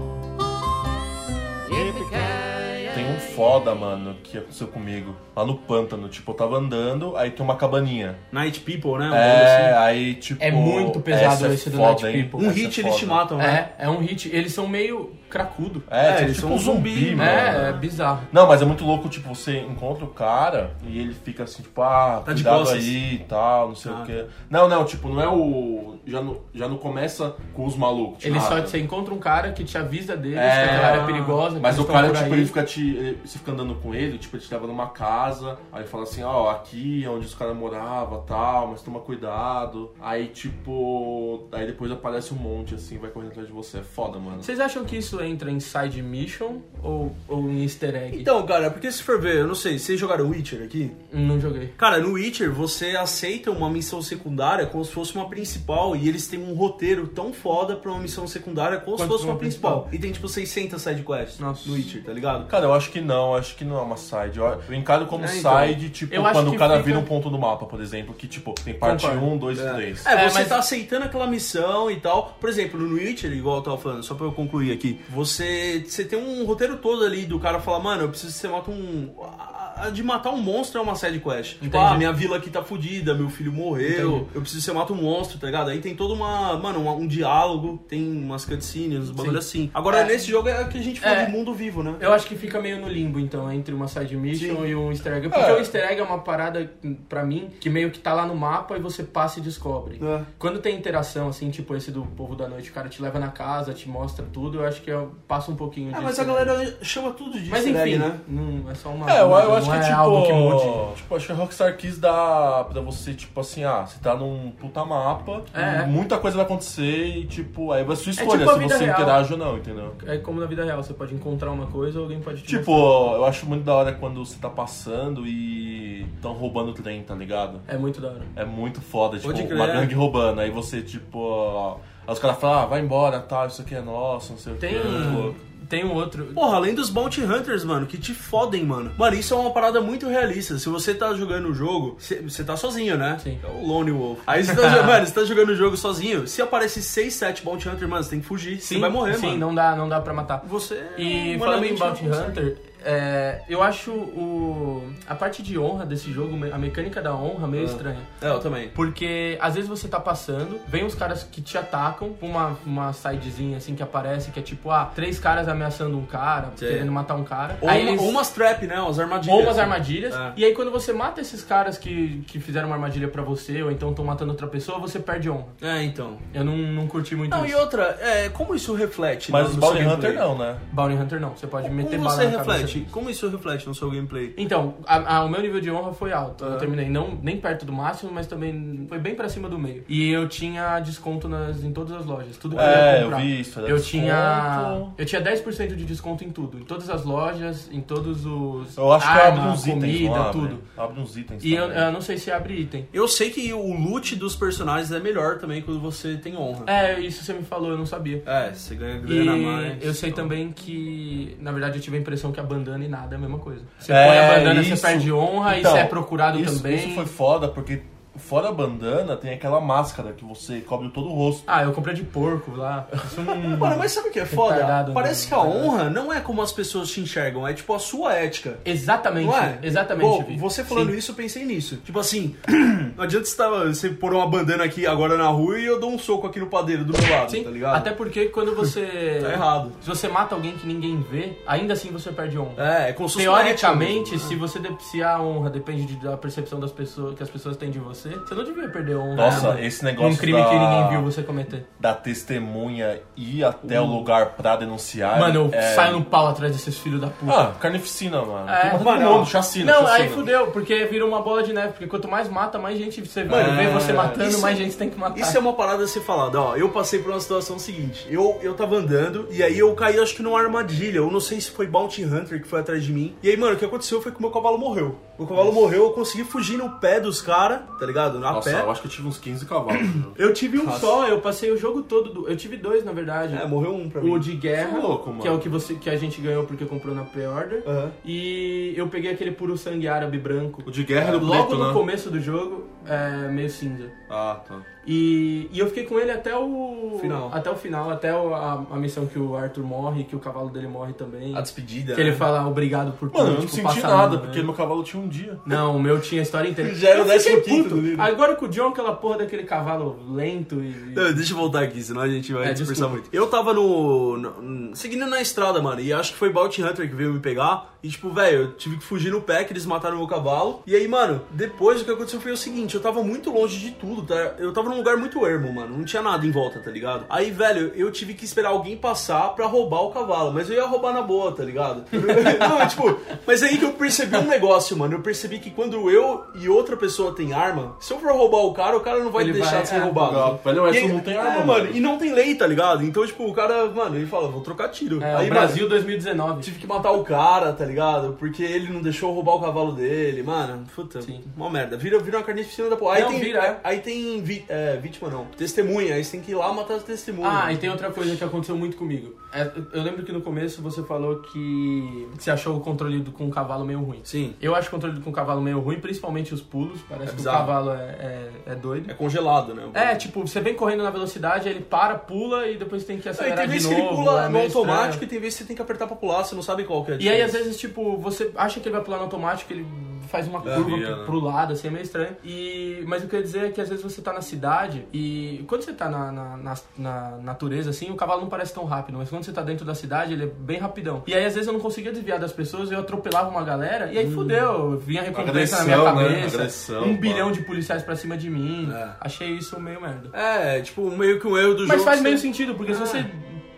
S8: Yippee-ki-yay.
S3: Tem um foda, mano, que aconteceu comigo. Lá no pântano, tipo, eu tava andando, aí tem uma cabaninha.
S2: Night People, né? Um
S3: É,
S2: bagulho assim.
S3: aí tipo.
S4: É muito pesado
S3: essa é
S4: esse do
S3: foda,
S4: Night
S3: hein?
S4: People.
S2: Um
S3: Essa
S2: hit
S3: é
S2: eles te
S3: foda.
S2: matam, né?
S4: É, é um hit. Eles são meio cracudo.
S3: É,
S2: É,
S3: tipo,
S2: eles
S3: tipo
S2: são
S3: um zumbi,
S2: zumbi, né?
S3: mano.
S4: É, é bizarro.
S3: Não, mas é muito louco, tipo, você encontra o cara e ele fica assim, tipo, ah,
S2: Tá de
S3: cuidado
S2: costas. Ah.
S3: aí e tal, não sei o quê. Não, não, tipo, não é o. Já não, já não começa com os malucos.
S4: Ele só,
S3: te
S4: você encontra um cara que te avisa deles,
S3: Tipo, ah, É.
S4: que aquela área é perigosa.
S3: Mas
S4: que
S3: o
S4: eles
S3: cara,
S4: estão por
S3: tipo,
S4: aí.
S3: ele fica te. ele- você fica andando com ele, tipo, ele te leva numa casa, aí ele fala assim, ó, aqui é onde os caras moravam tal, mas toma cuidado. Aí, tipo. Aí depois aparece um monte, assim, vai correndo atrás de você. É foda, mano.
S4: Vocês acham que isso entra em side mission ou, ou em easter egg?
S2: Então, cara, porque se for ver, eu não sei, vocês jogaram Witcher aqui?
S4: Não joguei.
S2: Cara, no Witcher você aceita uma missão secundária como se fosse uma principal e eles têm um roteiro tão foda pra uma missão secundária como se
S4: Quanto
S2: fosse uma
S4: uma
S2: principal. E tem tipo 600 sidequests
S4: Nossa.
S2: no Witcher, tá ligado?
S3: Cara, eu acho que não, acho que não é uma side. Eu, eu encaro como
S2: É, então.
S3: side, tipo,
S4: Eu acho
S3: quando
S4: que
S3: o cara
S4: fica-
S3: vira um ponto do mapa, por exemplo, que tipo, tem parte
S4: Concordo.
S3: 1, 2 e 3.
S2: É,
S4: É,
S2: você
S4: mas-
S2: tá aceitando aquela missão e tal. Por exemplo, no Witcher, igual eu tava falando, só pra eu concluir aqui, você, você tem um roteiro todo ali do cara falar, mano, eu preciso que você mata um. a- a De matar um monstro é uma sidequest. Tipo,
S4: Entendi.
S2: ah, minha vila aqui tá fodida, meu filho morreu,
S4: Entendi.
S2: eu preciso que você mata um monstro, tá ligado? Aí tem toda uma. Mano, uma- um diálogo, tem umas cutscenes, uns bagulho assim. Agora,
S4: É.
S2: nesse jogo é que a gente fala
S4: É.
S2: de mundo vivo, né?
S4: Eu acho que fica meio no limbo, então, entre uma side mission e um easter egg. Porque
S3: É.
S4: o easter egg é uma parada, pra mim, que meio que tá lá no mapa e você passa e descobre.
S2: É.
S4: Quando tem interação, assim, tipo esse do Povo da Noite, o cara te leva na casa, te mostra tudo, eu acho que eu- passa um
S3: Ah,
S4: pouquinho
S2: É,
S4: de
S2: mas a
S4: easter egg.
S2: galera chama tudo de
S4: Mas
S2: easter egg,
S4: enfim,
S2: né?
S4: não, é só uma.
S3: É, eu, eu
S4: não
S3: acho que
S4: é
S3: tipo,
S4: algo que mude.
S3: tipo, acho que a Rockstar quis dar pra você, tipo assim, ah, você tá num puta mapa,
S4: É.
S3: muita coisa vai acontecer e tipo, aí vai sua escolha
S4: tipo a
S3: se
S4: vida
S3: você
S4: real.
S3: interage ou não, entendeu?
S4: É como na vida real, você pode encontrar uma coisa ou alguém pode te
S3: Tipo,
S4: mostrar.
S3: eu acho muito da hora quando você tá passando e tão roubando o trem, tá ligado?
S4: É muito da hora.
S3: É muito foda, tipo,
S2: Pode crer.
S3: uma gangue roubando. Aí você, tipo, ó, Aí os caras falam, ah, vai embora, tal, isso aqui é nosso, não sei o
S4: Tem,
S3: quê. Muito louco.
S4: tem um outro.
S2: Porra, além dos Bounty Hunters, mano, que te fodem, mano. Mano, isso é uma parada muito realista. Se você tá jogando o jogo, cê- você tá sozinho, né?
S4: Sim.
S2: É o Lone Wolf. Aí você tá, jo- mano, você tá jogando o jogo sozinho. Se aparece 6, 7 Bounty Hunters, mano, você tem que fugir. Você vai morrer,
S4: sim,
S2: mano.
S4: não dá, não dá pra matar.
S2: Você. é um
S4: E
S2: humanamente
S4: falando em Bounty
S2: não consegue.
S4: Hunter, é, eu acho o, a parte de honra desse jogo, me- a mecânica da honra, meio estranha.
S2: É, eu também.
S4: Porque às vezes você tá passando, vem uns caras que te atacam, uma, uma sidezinha assim que aparece, que é tipo, ah, três caras ameaçando um cara,
S2: Sim.
S4: querendo matar um cara.
S2: Ou,
S4: Aí
S2: uma-
S4: eles-
S2: ou umas trap, né? Umas armadilhas.
S4: ou umas armadilhas.
S2: É.
S4: E aí quando você mata esses caras que, que fizeram uma armadilha pra você, ou então estão matando outra pessoa, você perde honra.
S2: É, então.
S4: Eu não, não curti muito
S2: Não,
S4: isso.
S2: e outra, é, como isso reflete
S3: Mas
S2: no-
S3: os
S2: no
S3: Bounty
S2: seu
S3: Hunter
S2: gameplay?
S3: não, né?
S4: Bounty Hunter não, você pode meter
S2: Como
S4: bala
S2: você
S4: na cabeça
S2: reflete?
S4: deles.
S2: Como isso reflete no seu gameplay?
S4: Então, a- a- o meu nível de honra foi alto. Eu
S3: É.
S2: Ah.
S4: terminei não, nem perto do máximo, mas também foi bem pra cima do meio. E eu tinha desconto nas, em todas as lojas. Tudo que eu
S3: É,
S4: ia
S3: eu
S4: comprar.
S3: vi isso, era
S4: Eu tinha,
S3: desconto.
S4: eu tinha 10% de desconto em tudo. Em todas as lojas, em todos os...
S3: Eu acho que
S4: arma,
S3: abre uns
S4: comida,
S3: itens, não abre?
S4: tudo.
S3: Abre uns itens
S4: E eu,
S3: também.
S4: eu não sei se abre item.
S2: Eu sei que o loot dos personagens é melhor também quando você tem honra.
S4: É, isso você me falou, eu não sabia.
S2: É, você ganha grana a
S4: E
S2: mais.
S4: eu sei também que, na verdade, eu tive a impressão que a bandana e nada é a mesma coisa. Você
S3: É,
S4: põe a bandana,
S3: isso.
S4: você perde honra,
S3: Então,
S4: e você é procurado
S3: isso-
S4: também.
S3: Isso foi foda, porque fora a bandana, tem aquela máscara que você cobre todo o rosto.
S4: Ah, eu comprei de porco lá. Isso não-
S2: Mano, mas sabe o que é foda?
S4: Retardado,
S2: Parece que
S4: né?
S2: a honra não é como as pessoas te enxergam, é tipo a sua ética.
S4: Exatamente,
S2: Não é?
S4: exatamente.
S2: Pô,
S4: Vi.
S2: você falando isso, eu pensei nisso. Tipo assim, não adianta você, tá- você pôr uma bandana aqui agora na rua e eu dou um soco aqui no padeiro do meu lado,
S4: Sim,
S2: tá ligado?
S4: até porque quando você.
S2: Tá errado.
S4: Se você mata alguém que ninguém vê, ainda assim você perde honra.
S2: É, é como se fosse uma ética mesmo. né?
S4: Teoricamente, se você de- se a honra depende de- da percepção das pessoas que as pessoas têm de você, você não devia perder honra.
S3: Nossa,
S4: né?
S3: esse negócio
S4: Um crime
S3: da-
S4: que ninguém viu você cometer.
S3: Da testemunha ir até o lugar pra denunciar.
S4: Hum. Mano, eu
S3: é-
S4: saio no pau atrás desses filhos da puta.
S3: Ah, carnificina, mano.
S4: É.
S3: Tem que matar todo
S2: Mano,
S3: mundo, chacina.
S4: Não,
S3: chacina.
S4: aí fudeu, porque vira uma bola de neve. Porque quanto mais mata, mais gente você vê você matando,
S2: isso-
S4: mais gente você tem que matar.
S2: Isso é uma parada a ser falada, ó. Eu passei por uma situação seguinte. Eu, eu tava andando e aí eu caí, acho que numa armadilha. Eu não sei se foi Bounty Hunter que foi atrás de mim. E aí, mano, o que aconteceu foi que o meu cavalo morreu. O cavalo morreu, eu consegui fugir no pé dos caras, tá ligado? Na
S3: Nossa,
S2: pé.
S3: eu acho que eu tive uns 15 cavalos. viu?
S2: Eu tive um só.
S4: Só, eu passei o jogo todo. do- Eu tive dois, na verdade.
S2: É, morreu um pra mim.
S4: o de guerra,
S3: Isso é louco, mano.
S4: que é o que, você, que a gente ganhou porque comprou na pre-order.
S2: Aham.
S4: E eu peguei aquele puro sangue árabe branco.
S3: O de guerra era o
S4: Logo
S3: preto,
S4: no
S3: né?
S4: começo do jogo, é, meio cinza.
S3: Ah, tá.
S4: E, e eu fiquei com ele até o
S2: Final.
S4: Até o final, até o- a, a missão que o Arthur morre, que o cavalo dele morre também.
S2: A despedida.
S4: que ele
S2: né?
S4: fala obrigado por tudo.
S3: Mano, eu não
S4: tipo,
S3: senti
S4: passa a
S3: nada,
S4: mão,
S3: porque
S4: né?
S3: meu cavalo tinha um dia.
S4: Não, o meu tinha a história inteira.
S2: Já era o
S4: Eu fiquei
S2: 15º
S4: puto.
S2: do livro.
S4: Agora com o John, aquela porra daquele cavalo lento e...
S2: Não, deixa eu voltar aqui, senão a gente vai
S4: É,
S2: dispersar
S4: desculpa.
S2: muito. Eu tava no, no- Seguindo na estrada, mano, e acho que foi Bounty Hunter que veio me pegar. E tipo, velho, eu tive que fugir no pé, que eles mataram meu cavalo. E aí, mano, depois o que aconteceu foi o seguinte: eu tava muito longe de tudo, tá? Eu tava num lugar muito ermo, mano. Não tinha nada em volta, tá ligado? Aí, velho, eu tive que esperar alguém passar pra roubar o cavalo. Mas eu ia roubar na boa, tá ligado? Não, tipo, mas aí que eu percebi um negócio, mano. Eu percebi que quando eu e outra pessoa tem arma, se eu for roubar o cara, o cara não vai
S4: Ele
S2: deixar
S4: vai-
S2: de ser
S4: é,
S2: roubado.
S3: Velho, o
S2: E
S3: Edson
S2: aí-
S3: não tem
S2: é,
S3: arma,
S2: mano. E não tem lei, tá ligado? Então, tipo, o cara, mano, ele fala, vou trocar tiro.
S4: É,
S2: Aí,
S4: o
S2: mano,
S4: Brasil 2019.
S2: tive que matar o cara, tá ligado? Porque ele não deixou eu roubar o cavalo dele. Mano, puta,
S4: Sim.
S2: uma merda. Vira, vira uma carnificina da porra. Aí
S4: Não,
S2: tem,
S4: vira, é.
S2: aí tem vi- é, vítima, não. Testemunha. Aí você tem que ir lá matar as testemunhas.
S4: Ah, e tem outra coisa que aconteceu muito comigo. É, eu lembro que no começo você falou que você achou o controle do- com o cavalo meio ruim.
S2: Sim.
S4: Eu acho o controle do- com o cavalo meio ruim, principalmente os pulos. Parece que o
S2: bizarro.
S4: cavalo é, é, é doido.
S2: É congelado, né?
S4: É, tipo, você vem correndo na velocidade, aí ele para, pula e depois tem que
S2: Aí
S4: acelerar
S2: tem
S4: É, de
S2: vez
S4: novo.
S2: que ele pula
S4: é
S2: no
S4: meio
S2: automático
S4: estranho.
S2: e tem vez que você tem que apertar pra pular, você não sabe qual que é a
S4: E aí, às
S2: diferença.
S4: vezes, tipo, você acha que ele vai pular no automático, ele faz uma curva
S3: via,
S4: pro,
S3: né?
S4: pro lado, assim, é meio estranho. E, mas o que eu ia dizer é que às vezes você tá na cidade e quando você tá na, na, na- na natureza, assim, o cavalo não parece tão rápido, mas quando você tá dentro da cidade, ele é bem rapidão. E aí, às vezes, eu não conseguia desviar das pessoas, eu atropelava uma galera e
S2: Hum.
S4: aí fudeu, vinha recompensa na minha
S3: Agressão, né?
S4: cabeça,
S3: Agressão,
S4: um
S3: pá.
S4: bilhão de policiais pra cima de mim.
S2: É.
S4: Achei isso meio merda.
S2: É, tipo, meio que um erro do jogo.
S4: Mas faz
S2: que
S4: meio
S2: você- É.
S4: sentido, porque se você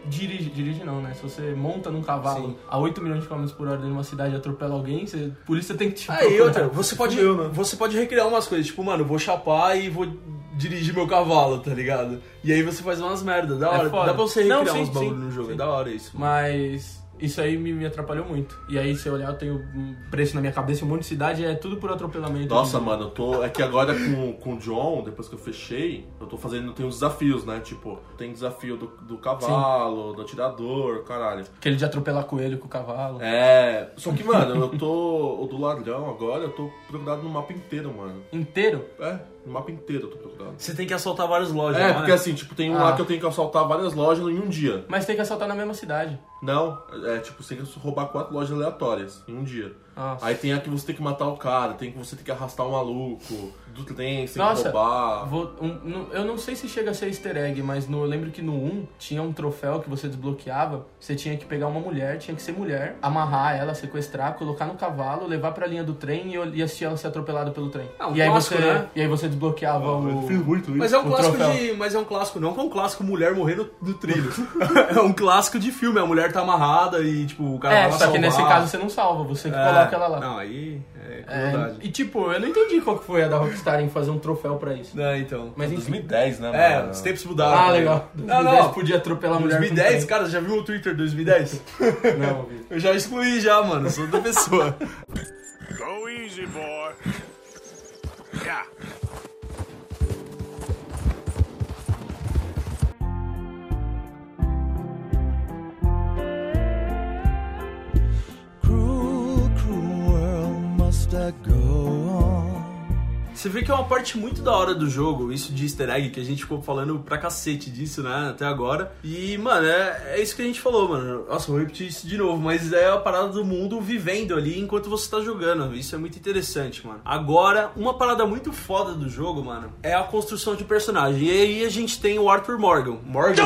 S4: dirige, dirige não, né? Se você monta num cavalo
S2: Sim.
S4: a 8 milhões de km por hora dentro de uma cidade e atropela alguém, você, a polícia tem que te
S2: Aí,
S4: procurar.
S2: outra, você pode,
S4: né?
S2: você pode recriar umas coisas, tipo, mano, eu vou chapar e vou dirigir meu cavalo, tá ligado? E aí você faz umas merdas, da
S4: É
S2: hora.
S4: foda.
S2: Dá pra você recriar
S4: Não, sim,
S2: uns bagulho
S4: sim,
S2: no jogo,
S4: sim.
S2: é da hora isso.
S4: Mas Isso aí me, me atrapalhou muito. E aí, se eu olhar, eu tenho um preço na minha cabeça, um monte de cidade, é tudo por atropelamento.
S3: Nossa, mano, eu tô. É que agora com, com o John, depois que eu fechei, eu tô fazendo. Tem os desafios, né? Tipo, tem desafio do, do cavalo, do atirador, caralho.
S4: Aquele de atropelar coelho com o cavalo.
S3: É. Só que, mano, eu tô. O do ladrão agora, eu tô procurado no mapa inteiro, mano.
S4: Inteiro?
S3: É, no mapa inteiro eu tô procurado.
S2: Você tem que assaltar várias lojas,
S3: É,
S2: lá,
S3: porque
S2: né?
S3: assim, tipo, tem um
S4: Ah.
S3: lá que eu tenho que assaltar várias lojas em um dia.
S4: Mas tem que assaltar na mesma cidade.
S3: Não, é tipo, você tem que roubar quatro lojas aleatórias em um dia.
S4: Nossa.
S3: Aí tem a que você tem que matar o cara, tem que você tem que arrastar o maluco, do trem, você tem que
S4: Nossa,
S3: roubar.
S4: vou- um- no- eu não sei se chega a ser easter egg, mas no- eu lembro que no 1 tinha um troféu que você desbloqueava. Você tinha que pegar uma mulher, tinha que ser mulher, amarrar ela, sequestrar, colocar no cavalo, levar pra linha do trem e, ol- e assistir ela ser atropelada pelo trem.
S2: Ah, um
S4: e, aí
S2: clássico,
S4: você,
S2: né?
S4: e aí você desbloqueava o.
S3: muito
S2: Mas é um
S4: o
S2: clássico
S4: troféu.
S2: de. Mas é um clássico, não que é um clássico mulher morrendo no trilho. é um clássico de filme, a mulher tá amarrada e, tipo, o cara vai
S4: É,
S2: lá
S4: só que
S2: salvar.
S4: nesse caso você não salva, você que
S2: É,
S4: coloca ela lá.
S2: Não, aí é
S4: É,
S2: crueldade.
S4: e tipo, eu não entendi qual que foi a da Rockstar em fazer um troféu pra isso.
S2: É, então.
S4: Mas enfim.
S3: 2010, né,
S2: É,
S3: mano?
S2: os tempos mudaram.
S4: Ah,
S2: né?
S4: legal.
S2: Não,
S4: 2010
S2: não.
S4: podia atropelar a mulher. com
S2: 2010,
S4: um
S2: cara, você já viu o Twitter 2010?
S4: trem. Não, vi.
S2: Eu já excluí já, mano, sou outra pessoa.
S7: Go easy, boy. Yeah.
S1: Cruel, cruel world, must I go on?
S2: Você vê que é uma parte muito da hora do jogo, isso de easter egg, que a gente ficou falando pra cacete disso, né, até agora. E, mano, é, é isso que a gente falou, mano. Nossa, eu vou repetir isso de novo, mas é a parada do mundo vivendo ali enquanto você tá jogando. Isso é muito interessante, mano. Agora, uma parada muito foda do jogo, mano, é a construção de personagem. E aí a gente tem o Arthur Morgan. Morgan?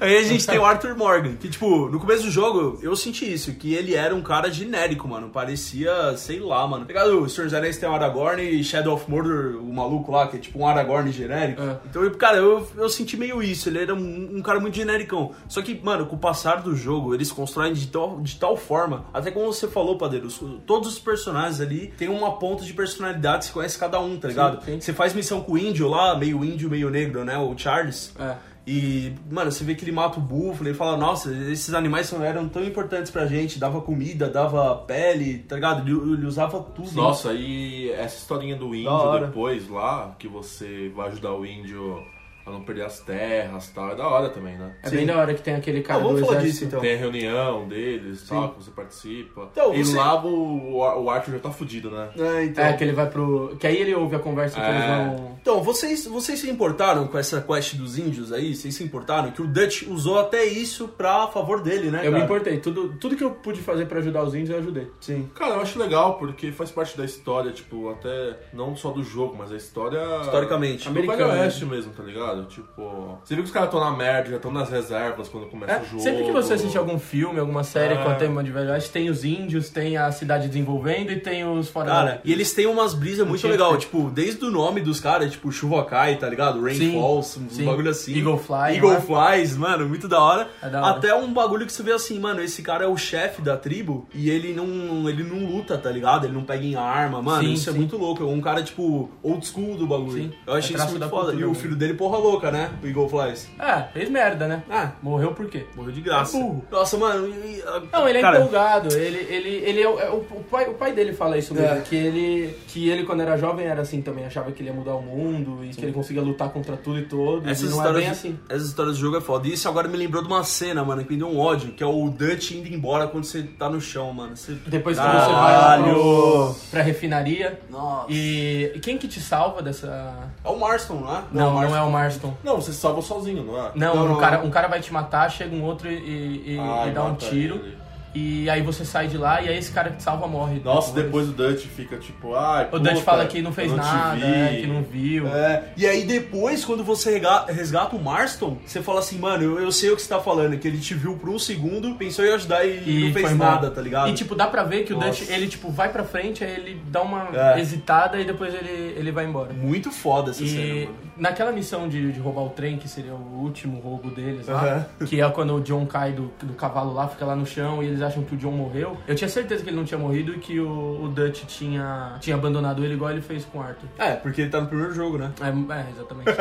S2: Aí a gente tem o Arthur Morgan, que, tipo, no começo do jogo, eu senti isso, que ele era um cara genérico, mano. Parecia, sei lá, mano. Tá Ligado? O Senhor dos Anéis tem o Aragorn e Shadow of Mordor, o maluco lá, que é tipo um Aragorn genérico.
S4: É.
S2: Então, eu- cara, eu, eu senti meio isso. Ele era um, um cara muito genericão. Só que, mano, com o passar do jogo, eles constroem de tal, de tal forma, até como você falou, Padeiro, os- todos os personagens ali têm uma ponta de personalidade, você conhece cada um, tá ligado?
S4: sim.
S2: Você faz missão com o índio lá, meio índio, meio negro, né? O Charles.
S4: É.
S2: E, mano, você vê que ele mata o búfalo, ele fala, nossa, esses animais não eram tão importantes pra gente, dava comida, dava pele, tá ligado? Ele, ele usava tudo.
S3: Nossa, e essa historinha do índio
S2: hora.
S3: depois lá, que você vai ajudar o índio a não perder as terras e tal, é da hora também, né?
S4: É bem da hora que tem aquele
S2: Ah,
S4: cara do
S2: vamos falar
S4: exército.
S2: disso então.
S3: Tem a reunião deles e tal, que você participa.
S2: Então,
S3: e
S2: você-
S3: lá o, o Arthur já tá fudido, né?
S2: É, então.
S4: É, que ele vai pro. Que aí ele ouve a conversa que
S3: É.
S4: eles vão.
S2: Então, vocês, vocês se importaram com essa quest dos índios aí? Vocês se importaram? Que o Dutch usou até isso pra favor dele, né?
S4: Eu me
S2: cara?
S4: importei. Tudo, tudo que eu pude fazer pra ajudar os índios, eu ajudei.
S2: Sim.
S3: Cara, eu acho legal, porque faz parte da história, tipo, até não só do jogo, mas a história.
S2: Historicamente.
S3: Do Velho
S4: Americana, né?
S3: Oeste mesmo, tá ligado? Tipo. Você viu que os caras estão na merda, já estão nas reservas quando começa
S4: É,
S3: o jogo.
S4: sempre que você assiste algum filme, alguma série
S3: É.
S4: com a tema de velho oeste, tem os índios, tem a cidade desenvolvendo e tem os fora da
S2: Cara,
S4: lei.
S2: e eles têm umas brisas muito
S4: tinha
S2: legal,
S4: que
S2: tipo, desde o nome dos caras, tipo, chuva cai, tá ligado?
S4: Sim,
S2: Rainfalls, uns
S4: sim.
S2: bagulho assim.
S4: Eagle Fly,
S2: Eagle
S4: né?
S2: Flies, mano, muito da hora.
S4: É da hora.
S2: Até um bagulho que você vê assim, mano, esse cara é o chefe da tribo e ele não, ele não luta, tá ligado? Ele não pega em arma, mano,
S4: Sim,
S2: isso é
S4: sim.
S2: muito louco. É um cara, tipo, old school do bagulho.
S4: Sim.
S2: Eu
S4: É
S2: achei isso
S4: traço
S2: muito
S4: da
S2: foda.
S4: cultura
S2: E o
S4: mesmo.
S2: filho dele, porra louca, né? O Eagle Flies.
S4: É, fez merda, né?
S2: Ah,
S4: Morreu por quê?
S2: morreu de graça.
S4: É burro.
S2: Nossa, mano. e- e-
S4: Não, ele é
S2: cara,
S4: empolgado. Ele, ele, ele é, o- é o, o pai, o pai dele fala isso mesmo.
S2: É.
S4: Que, ele, que ele, quando era jovem, era assim também. Achava que ele ia mudar o mundo e que ele conseguia lutar contra tudo e todo.
S2: Essas
S4: e não é
S2: histórias,
S4: bem assim.
S2: essas histórias do jogo é foda. E isso agora me lembrou de uma cena, mano, que me deu um ódio, que é o Dutch indo embora quando você tá no chão, mano. Você...
S4: Depois que você vai lá
S2: Caralho!
S4: pro- pra refinaria.
S2: Nossa.
S4: E e quem que te salva dessa.
S2: É o Marston, né?
S4: Não, não,
S2: o
S4: é o Marston.
S3: Não, você se salva sozinho, não é?
S4: Não,
S2: Não,
S4: um,
S2: não,
S4: cara,
S2: não.
S4: um cara vai te matar, chega um outro e, e-
S3: Ai,
S4: e dá um
S3: mata
S4: tiro.
S3: ele.
S4: E aí você sai de lá e aí esse cara que te salva morre.
S3: Nossa, depois o Dutch fica tipo, ai,
S4: O Dante
S3: puta,
S4: fala que não fez
S3: eu não te
S4: nada,
S3: vi.
S4: é, que não viu.
S2: É, e aí depois, quando você rega- resgata o Marston, você fala assim, mano, eu, eu sei o que você tá falando, que ele te viu por um segundo, pensou em ajudar e, não
S4: foi
S2: fez
S4: embora.
S2: nada, tá ligado?
S4: E tipo, dá pra ver que o
S3: Nossa.
S4: Dutch, ele tipo, vai pra frente, aí ele dá uma
S2: É.
S4: hesitada e depois ele, ele vai embora.
S2: muito foda essa cena,
S4: E
S2: mano.
S4: naquela missão de, de roubar o trem, que seria o último roubo deles lá, que é quando o John cai do, do cavalo lá, fica lá no chão e eles acham que o John morreu. Eu tinha certeza que ele não tinha morrido e que o, o Dutch tinha, tinha abandonado ele igual ele fez com o Arthur.
S2: É, porque ele tá no primeiro jogo, né?
S4: É, é, exatamente.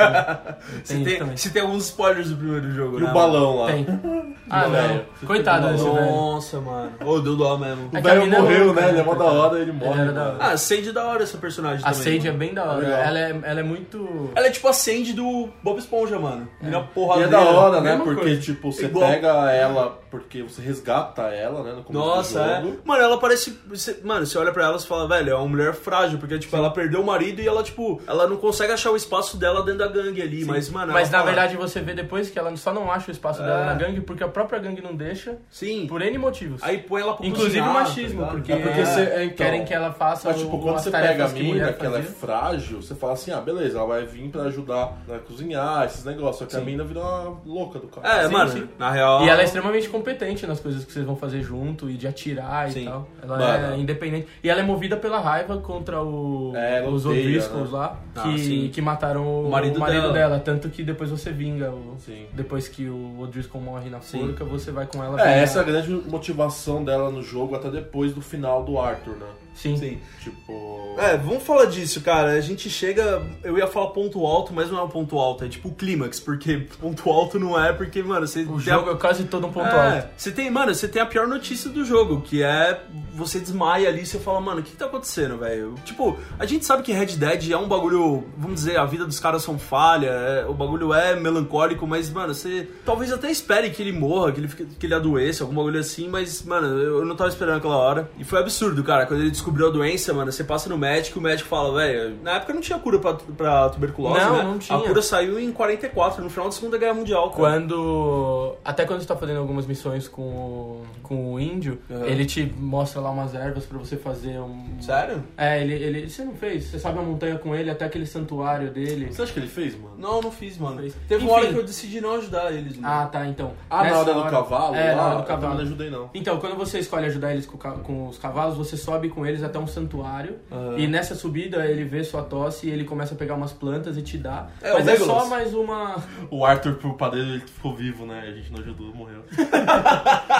S4: Tem,
S2: Se
S4: isso
S2: tem,
S4: também.
S2: se tem alguns spoilers do primeiro jogo,
S3: E
S2: né? mano?
S3: o balão lá.
S4: Tem. Ah,
S3: velho.
S4: não. Coitado desse velho.
S2: Nossa, mano. Ô, deu dó mesmo.
S4: É
S3: O
S4: que a
S3: velho
S4: mina é
S3: morreu,
S4: louca,
S3: né? Ele é mó
S4: cara.
S3: da hora, ele morre.
S4: Ele era da hora.
S2: Ah, a Sandy é da hora essa personagem
S4: A
S2: também.
S4: Sandy é bem da hora.
S3: Legal.
S4: Ela é, ela é muito.
S2: Ela é tipo a Sandy do Bob Esponja, mano. Mina
S3: E é
S2: porradeira.
S3: da hora, né?
S2: Mesma
S3: Porque,
S2: coisa.
S3: tipo, você
S2: Igual.
S3: pega ela, porque você resgata ela, né? No começo
S2: Nossa,
S3: do
S2: é.
S3: jogo.
S2: Mano, ela parece. você- mano, você olha pra ela e fala, velho, é uma mulher frágil, porque, tipo, ela perdeu o marido e ela, tipo, ela não consegue achar o espaço dela dentro da gangue ali. Mas, mano.
S4: Mas
S2: ela
S4: na
S2: fala- É.
S4: verdade você vê depois que ela só não acha o espaço dela na gangue porque a própria gangue não deixa,
S2: Sim.
S4: por N motivos.
S2: Aí põe ela pra
S4: Inclusive
S2: cozinhar,
S4: o
S2: tá
S4: machismo,
S2: ligado?
S4: porque,
S3: É porque você- é, então.
S4: querem que ela faça
S3: Mas, tipo,
S4: o-
S3: quando
S4: as
S3: você
S4: tarefas
S3: pega a
S4: que mulher
S3: mina, que ela é
S4: fazia.
S3: frágil, você fala assim, ah, beleza, ela vai vir pra ajudar né, a cozinhar, esses negócios. Só que a mina vira uma louca do cara.
S2: É,
S4: Sim,
S2: mano,
S4: sim.
S2: na real.
S4: E ela é extremamente competente nas coisas que vocês vão fazer junto e de atirar
S2: Sim.
S4: e tal. Ela
S3: Mano.
S4: é independente. E ela é movida pela raiva contra o,
S3: É, ela
S4: os
S3: odeia,
S4: O'Driscolls
S3: né?
S4: lá,
S2: Ah,
S4: que,
S2: sim.
S4: que mataram o
S2: marido
S4: marido,
S2: dela.
S4: dela. Tanto que depois você vinga. O,
S3: Sim.
S4: Depois que o O'Driscoll morre na forca, você vai com ela. vingar.
S3: É, essa é a grande motivação dela no jogo, até depois do final do Arthur, né?
S4: Sim.
S2: Sim.
S3: Tipo.
S2: É, vamos falar disso, cara. A gente chega. Eu ia falar ponto alto, mas não é um ponto alto, é tipo o clímax, porque ponto alto não é, porque, mano, você.
S4: O jogo é quase todo um ponto
S2: É,
S4: alto.
S2: Você tem, mano, você tem a pior notícia do jogo, que é você desmaia ali e você fala, mano, o que, que tá acontecendo, velho? Tipo, a gente sabe que Red Dead é um bagulho, vamos dizer, a vida dos caras são falha, é- o bagulho é melancólico, mas, mano, você talvez até espere que ele morra, que ele, fique- que ele adoeça, algum bagulho assim, mas, mano, eu, eu não tava esperando aquela hora. E foi absurdo, cara, quando ele descobriu a doença, mano, você passa no médico, o médico fala, velho, na época não tinha cura pra, pra tuberculose,
S4: Não,
S2: né?
S4: não tinha.
S2: A cura saiu em 44, no final da Segunda Guerra Mundial, cara.
S4: Quando. Até quando você tá fazendo algumas missões com o, com o índio, ele te mostra lá umas ervas pra você fazer um.
S2: Sério?
S4: É, ele, ele. Você não fez? Você sobe a montanha com ele até aquele santuário dele.
S3: Você acha que ele fez, mano?
S2: Não, não fiz, mano.
S4: Fez.
S2: Teve
S4: Enfim.
S2: uma hora que eu decidi não ajudar eles, mano.
S4: Ah, tá, então.
S3: Ah,
S4: Nessa
S3: na hora do cavalo?
S4: É,
S3: lá,
S4: na hora do
S3: eu também
S4: cavalo.
S3: não ajudei, não.
S4: Então, quando você escolhe ajudar eles com, o ca- com os cavalos, você sobe com eles até um santuário. E nessa subida ele vê sua tosse e ele começa a pegar umas plantas e te dá.
S2: É,
S4: Mas
S2: o
S4: é
S2: Legolas.
S4: só mais uma.
S3: O Arthur, pro padeiro, ele ficou vivo, né? A gente não ajudou, morreu.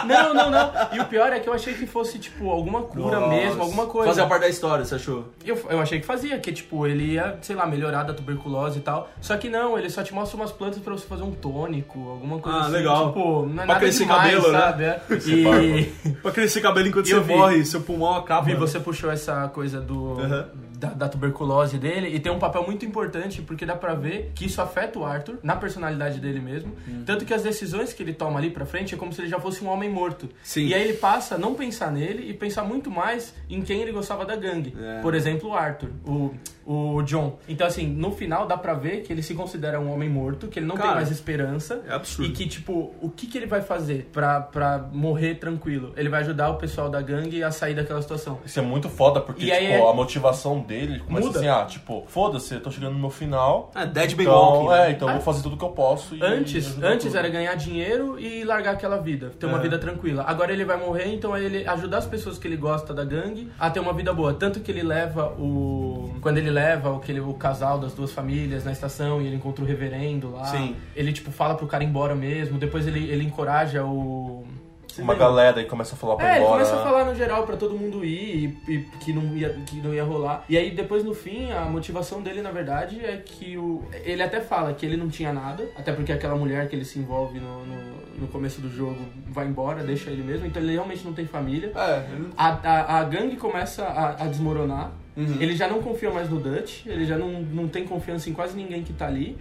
S4: Não, não, não. E o pior é que eu achei que fosse, tipo, alguma cura
S2: Nossa.
S4: mesmo, alguma coisa.
S2: Fazer a parte da história, você achou?
S4: Eu, eu achei que fazia, que tipo, ele ia, sei lá, melhorar da tuberculose e tal. Só que não, ele só te mostra umas plantas pra você fazer um tônico, alguma coisa
S2: Ah,
S4: assim.
S2: legal.
S4: Tipo, não é
S2: Pra
S4: nada
S2: crescer
S4: demais,
S2: cabelo, né?
S4: sabe? É. E,
S2: Pra crescer cabelo enquanto
S4: Eu
S2: você
S4: vi.
S2: morre, seu pulmão acaba.
S4: e você puxou essa coisa do
S2: Tá, Aham.
S4: da, da tuberculose dele e tem um papel muito importante porque dá pra ver que isso afeta o Arthur na personalidade dele mesmo,
S2: Hum.
S4: tanto que as decisões que ele toma ali pra frente é como se ele já fosse um homem morto.
S2: Sim.
S4: E aí ele passa a não pensar nele e pensar muito mais em quem ele gostava da gangue.
S2: É.
S4: Por exemplo, o Arthur, o o John. Então assim, no final dá pra ver que ele se considera um homem morto, que ele não
S2: Cara,
S4: tem mais esperança.
S2: é absurdo.
S4: E que tipo, o que que ele vai fazer pra, pra morrer tranquilo? Ele vai ajudar o pessoal da gangue a sair daquela situação.
S3: Isso é muito foda, porque,
S4: E
S3: tipo,
S4: aí é-
S3: a motivação dele começa
S4: Muda.
S3: assim, ah, tipo, foda-se, eu tô chegando no meu final.
S2: Ah, Dead Man Walking.
S3: Então, é,
S2: né?
S3: então eu vou fazer tudo que eu posso. E e
S4: Ah. Antes,
S3: ajudar
S4: antes
S3: tudo.
S4: era ganhar dinheiro e largar aquela vida, ter
S2: É.
S4: uma vida tranquila. Agora ele vai morrer, então aí ele ajudar as pessoas que ele gosta da gangue a ter uma vida boa. Tanto que ele leva o. Quando ele leva o, que ele- o casal das duas famílias na estação e ele encontra o reverendo lá.
S2: Sim.
S4: Ele, tipo, fala pro cara ir embora mesmo. Depois ele, ele encoraja o.
S3: Uma galera e começa a falar pra
S4: É, ele
S3: embora.
S4: começa a
S3: né?
S4: falar no geral pra todo mundo ir e, e que, não ia, que não ia rolar. E aí depois no fim, a motivação dele na verdade é que o. Ele até fala que ele não tinha nada, até porque aquela mulher que ele se envolve no, no, no começo do jogo vai embora, deixa ele mesmo, então ele realmente não tem família.
S2: É, ele-
S4: A, a, a gangue começa a, a desmoronar.
S2: Uhum.
S4: Ele já não confia mais no Dutch, ele já não, não tem confiança em quase ninguém que tá ali.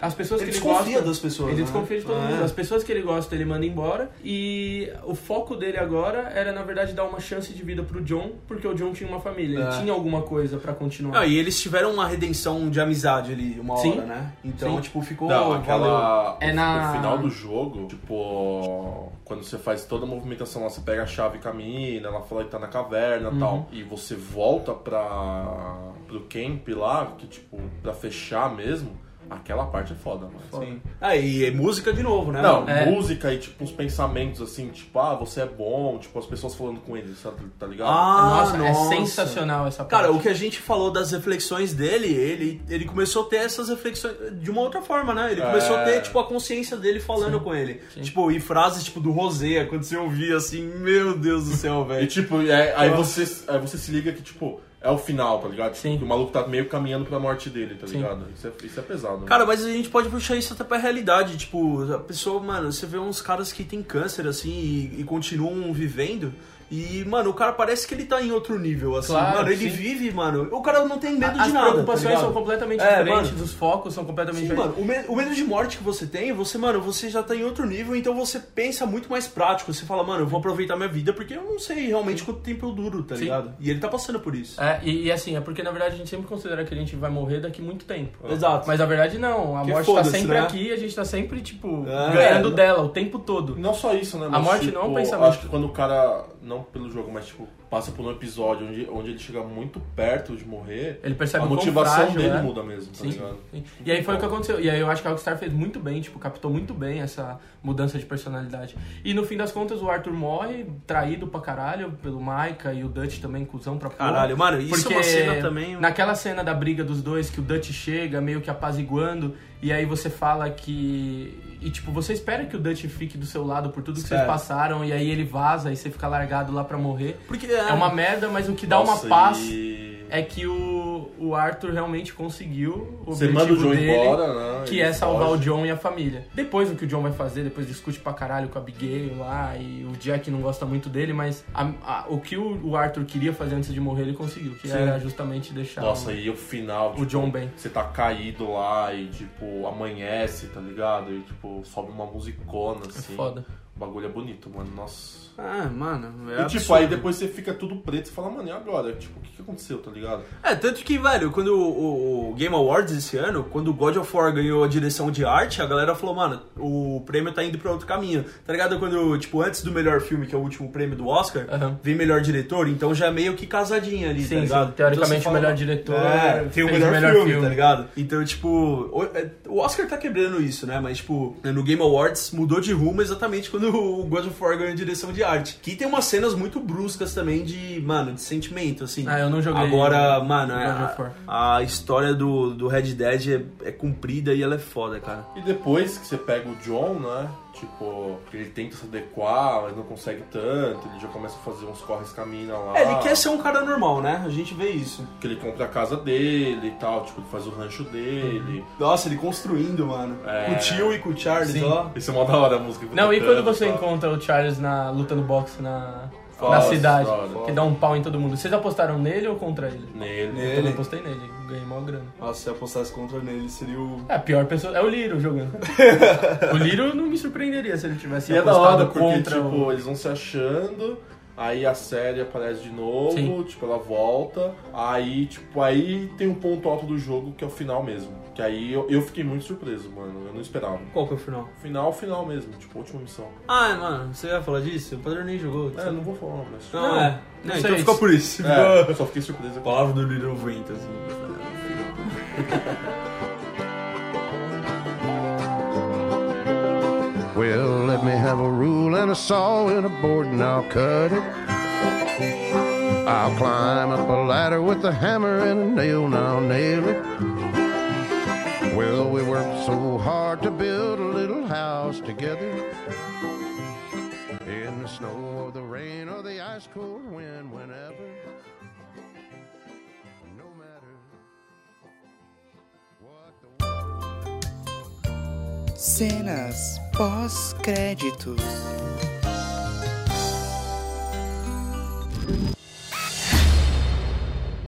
S4: As pessoas
S2: Uhum. Ele
S4: que ele
S2: desconfia
S4: gosta,
S2: das pessoas,
S4: Ele
S2: né?
S4: desconfia de todo
S2: Ah,
S4: mundo.
S2: é.
S4: As pessoas que ele gosta, ele manda embora. E o foco dele agora era, na verdade, dar uma chance de vida pro John, porque o John tinha uma família,
S2: É.
S4: ele tinha alguma coisa pra continuar.
S2: Ah, e eles tiveram uma redenção de amizade ali, uma
S4: Sim.
S2: hora, né? Então,
S4: Sim.
S2: tipo, ficou...
S3: Não,
S2: valeu.
S3: aquela.
S4: É
S3: o-
S4: na-
S3: O final do jogo, tipo. Quando você faz toda a movimentação lá, você pega a chave e caminha, ela fala que tá na caverna e
S4: Uhum.
S3: tal. E você volta pra. pro camp lá, que tipo, pra fechar mesmo, aquela parte é foda, mano.
S2: Sim. Ah, e é música de novo, né?
S3: Não,
S2: mano?
S4: É.
S3: música e tipo uns pensamentos assim, tipo, ah, você é bom, tipo, as pessoas falando com ele, sabe, tá ligado?
S2: Ah,
S4: nossa, é
S2: nossa.
S4: sensacional essa parte.
S2: Cara, o que a gente falou das reflexões dele, ele, ele começou a ter essas reflexões de uma outra forma, né? Ele começou a
S4: É.
S2: ter, tipo, a consciência dele falando com ele. Tipo, e frases, tipo, do Rosé, quando você ouvia, assim, meu Deus do céu,
S3: E
S2: velho.
S4: Ah.
S3: tipo, é- aí, você, aí você se liga que, tipo, é é o final, tá ligado?
S4: Sim.
S3: Que o maluco tá meio caminhando pra morte dele, tá
S4: Sim.
S3: ligado? Isso é, isso é pesado. né?
S2: Cara, mas a gente pode puxar isso até pra realidade. Tipo, a pessoa, mano, você vê uns caras que tem câncer, assim, e, e continuam vivendo. E, mano, o cara parece que ele tá em outro nível, assim.
S4: Claro,
S2: mano, ele
S4: sim.
S2: vive, mano. O cara não tem medo de
S4: As
S2: nada. tá
S4: preocupações
S2: ligado?
S4: são completamente
S2: É,
S4: diferentes,
S2: mano.
S4: os focos são completamente
S2: Sim,
S4: diferentes.
S2: mano, o, me- o medo de morte que você tem, você, mano, você já tá em outro nível, então você pensa muito mais prático. Você fala, mano, eu vou aproveitar minha vida porque eu não sei realmente quanto tempo eu duro, tá
S4: Sim.
S2: ligado? E ele tá passando por isso.
S4: É, e, e assim, é porque na verdade a gente sempre considera que a gente vai morrer daqui muito tempo.
S2: Exato.
S4: Mas na verdade não, a
S2: Que
S4: morte tá
S2: foda-se,
S4: sempre
S2: né?
S4: aqui e a gente tá sempre, tipo,
S2: É.
S4: ganhando dela o tempo todo.
S3: Não só isso, né? mas,
S4: morte não é um
S3: tipo,
S4: pensamento.
S3: Acho que quando o cara, não pelo jogo, mas tipo, passa por um episódio onde, onde ele chega muito perto de morrer,
S4: Ele percebe
S3: a
S4: o quão
S3: motivação
S4: frágil,
S3: dele
S4: né?
S3: muda mesmo, tá
S4: Sim,
S3: ligado?
S4: sim. E aí foi o que aconteceu. E aí eu acho que a Rockstar fez muito bem, tipo, captou muito bem essa mudança de personalidade. E no fim das contas o Arthur morre, traído pra caralho, pelo Micah e o Dutch também, cuzão pra porra.
S2: Caralho, mano, isso é uma cena também.
S4: Naquela cena da briga dos dois, que o Dutch chega meio que apaziguando, e aí você fala que. E tipo, você espera que o Dutch fique do seu lado por tudo que vocês
S2: Espera.
S4: passaram, e aí ele vaza e você fica largado lá pra morrer.
S2: Porque ah,
S4: É uma merda, mas o que dá
S3: Nossa,
S4: uma paz
S3: e-
S4: é que o, o Arthur realmente conseguiu o
S3: Você manda
S4: objetivo
S3: o John
S4: dele,
S3: embora, né?
S4: que
S3: Ele
S4: é salvar
S3: foge.
S4: o John e a família. Depois o que o John vai fazer, depois discute pra caralho com a Abigail lá, e o Jack não gosta muito dele, mas a- a- o que o, o Arthur queria fazer antes de morrer, ele conseguiu, que era justamente deixar
S3: Nossa,
S4: o,
S3: e o final,
S4: Então, o John bem.
S3: Você tá caído lá e, tipo, amanhece, tá ligado? E, tipo, sobe uma musicona, assim.
S4: É foda.
S3: O bagulho é bonito, mano. Nossa.
S2: Ah, mano.
S3: e,
S2: É,
S3: tipo, aí depois você fica tudo preto e fala, mano, e agora? Tipo, o que, que aconteceu, tá ligado?
S2: É, tanto que, velho, quando o, o- o Game Awards esse ano, quando o God of War ganhou a direção de arte, a galera falou, mano, o prêmio tá indo pra outro caminho. Tá ligado? Quando, tipo, antes do melhor filme, que é o último prêmio do Oscar,
S4: Aham.
S2: vem melhor diretor, então já é meio que casadinha ali, tá
S4: Sim,
S2: ligado?
S4: sim. Teoricamente,
S2: Então você fala,
S4: o melhor diretor
S2: É, tem o
S4: fez
S2: melhor, filme, tá ligado? Então, tipo, o, é, o Oscar tá quebrando isso, né? Mas, tipo, no Game Awards mudou de rumo exatamente quando o God of War ganhou a direção de arte. Que tem umas cenas muito bruscas também de, mano, de sentimento, assim.
S4: Ah, eu não joguei
S2: Agora,
S4: o
S2: mano,
S4: God
S2: é-
S4: of War.
S2: a, a história do, do Red Dead é, é comprida e ela é foda, cara.
S3: E depois que você pega o John, né? Tipo, ele tenta se adequar, mas não consegue tanto. Ele já começa a fazer uns corres com a mina lá.
S2: É, ele quer ser um cara normal, né? A gente vê isso.
S3: Que ele compra a casa dele e tal. Tipo, ele faz o rancho dele.
S2: Nossa, ele construindo, mano. Com o tio e com o Charles, ó.
S3: Isso é mó da hora a música. que
S4: Uhum. Não, e
S3: tocando,
S4: quando você
S3: tá?
S4: encontra o Charles na luta no boxe na,
S3: Foda,
S4: na cidade,
S3: foda.
S4: que dá um pau em todo mundo, vocês apostaram nele ou contra ele?
S3: Nele.
S4: Eu não
S2: Nele.
S4: apostei nele, ganhei maior grana.
S2: Nossa, se eu apostasse contra nele, seria o
S4: É, a pior pessoa é o Liro jogando. o Liro não me surpreenderia se ele tivesse
S3: E é da
S4: apostado
S3: hora, porque,
S4: contra
S3: tipo,
S4: o...
S3: eles vão se achando, aí a série aparece de novo,
S4: Sim.
S3: tipo, ela volta, aí, tipo, aí tem um ponto alto do jogo que é o final mesmo. Que aí eu, eu fiquei muito surpreso, mano, eu não esperava.
S2: Qual que é o final?
S3: Final, final mesmo, tipo, última missão.
S2: Ah, mano, você vai falar disso? O Padrão nem jogou.
S3: É, não vou falar, mas...
S2: Não,
S4: Não,
S2: é.
S4: não
S2: É,
S4: sei
S2: então
S4: isso.
S2: ficou por isso.
S3: É, só fiquei surpreso. com
S2: Palavra do Little Vento, assim.
S7: Well, let me have a rule and a saw and a board and I'll cut it. I'll climb up a ladder with a hammer and a nail and I'll nail it. Well, we worked so hard to build a little house together. In the snow or the rain or the ice cold wind, whenever. No matter what the
S9: Cenas pós-créditos.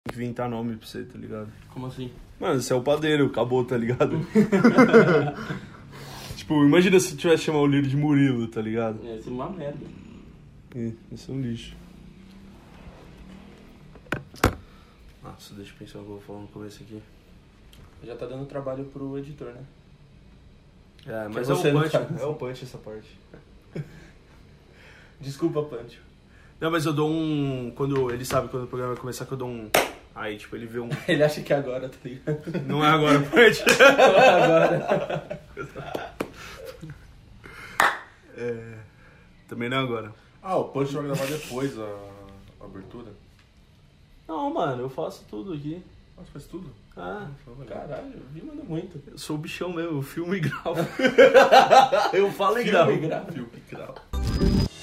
S2: Tem que inventar nome pra você, tá ligado?
S4: Como assim?
S2: Mano, você é o padeiro, acabou, tá ligado? tipo, imagina se eu tivesse que chamar o Liro de Murilo, tá ligado?
S4: É, isso é uma merda.
S2: Ih, Isso é um lixo. Nossa, deixa eu pensar o que eu vou falar no começo aqui.
S4: Já tá dando trabalho pro editor, né?
S2: É,
S4: mas é o punch,
S2: é o punch essa parte.
S4: Desculpa, Pancho.
S2: Não, mas eu dou um. Quando ele sabe quando o programa vai começar, que eu dou um. Aí, tipo, ele vê um.
S4: Ele acha que agora, tá ligado?
S2: Não é agora, punch.
S4: agora.
S2: É. Também não é agora.
S3: Ah, o Punch vai gravar depois a, a abertura.
S2: Não, mano, eu faço tudo aqui.
S3: Nossa, faz tudo?
S2: Ah,
S4: Caralho, o Vi manda muito.
S2: eu sou o bichão mesmo, eu filmo e gravo. eu falo então. e gravo.
S4: Filme grave.
S3: Fio que grava.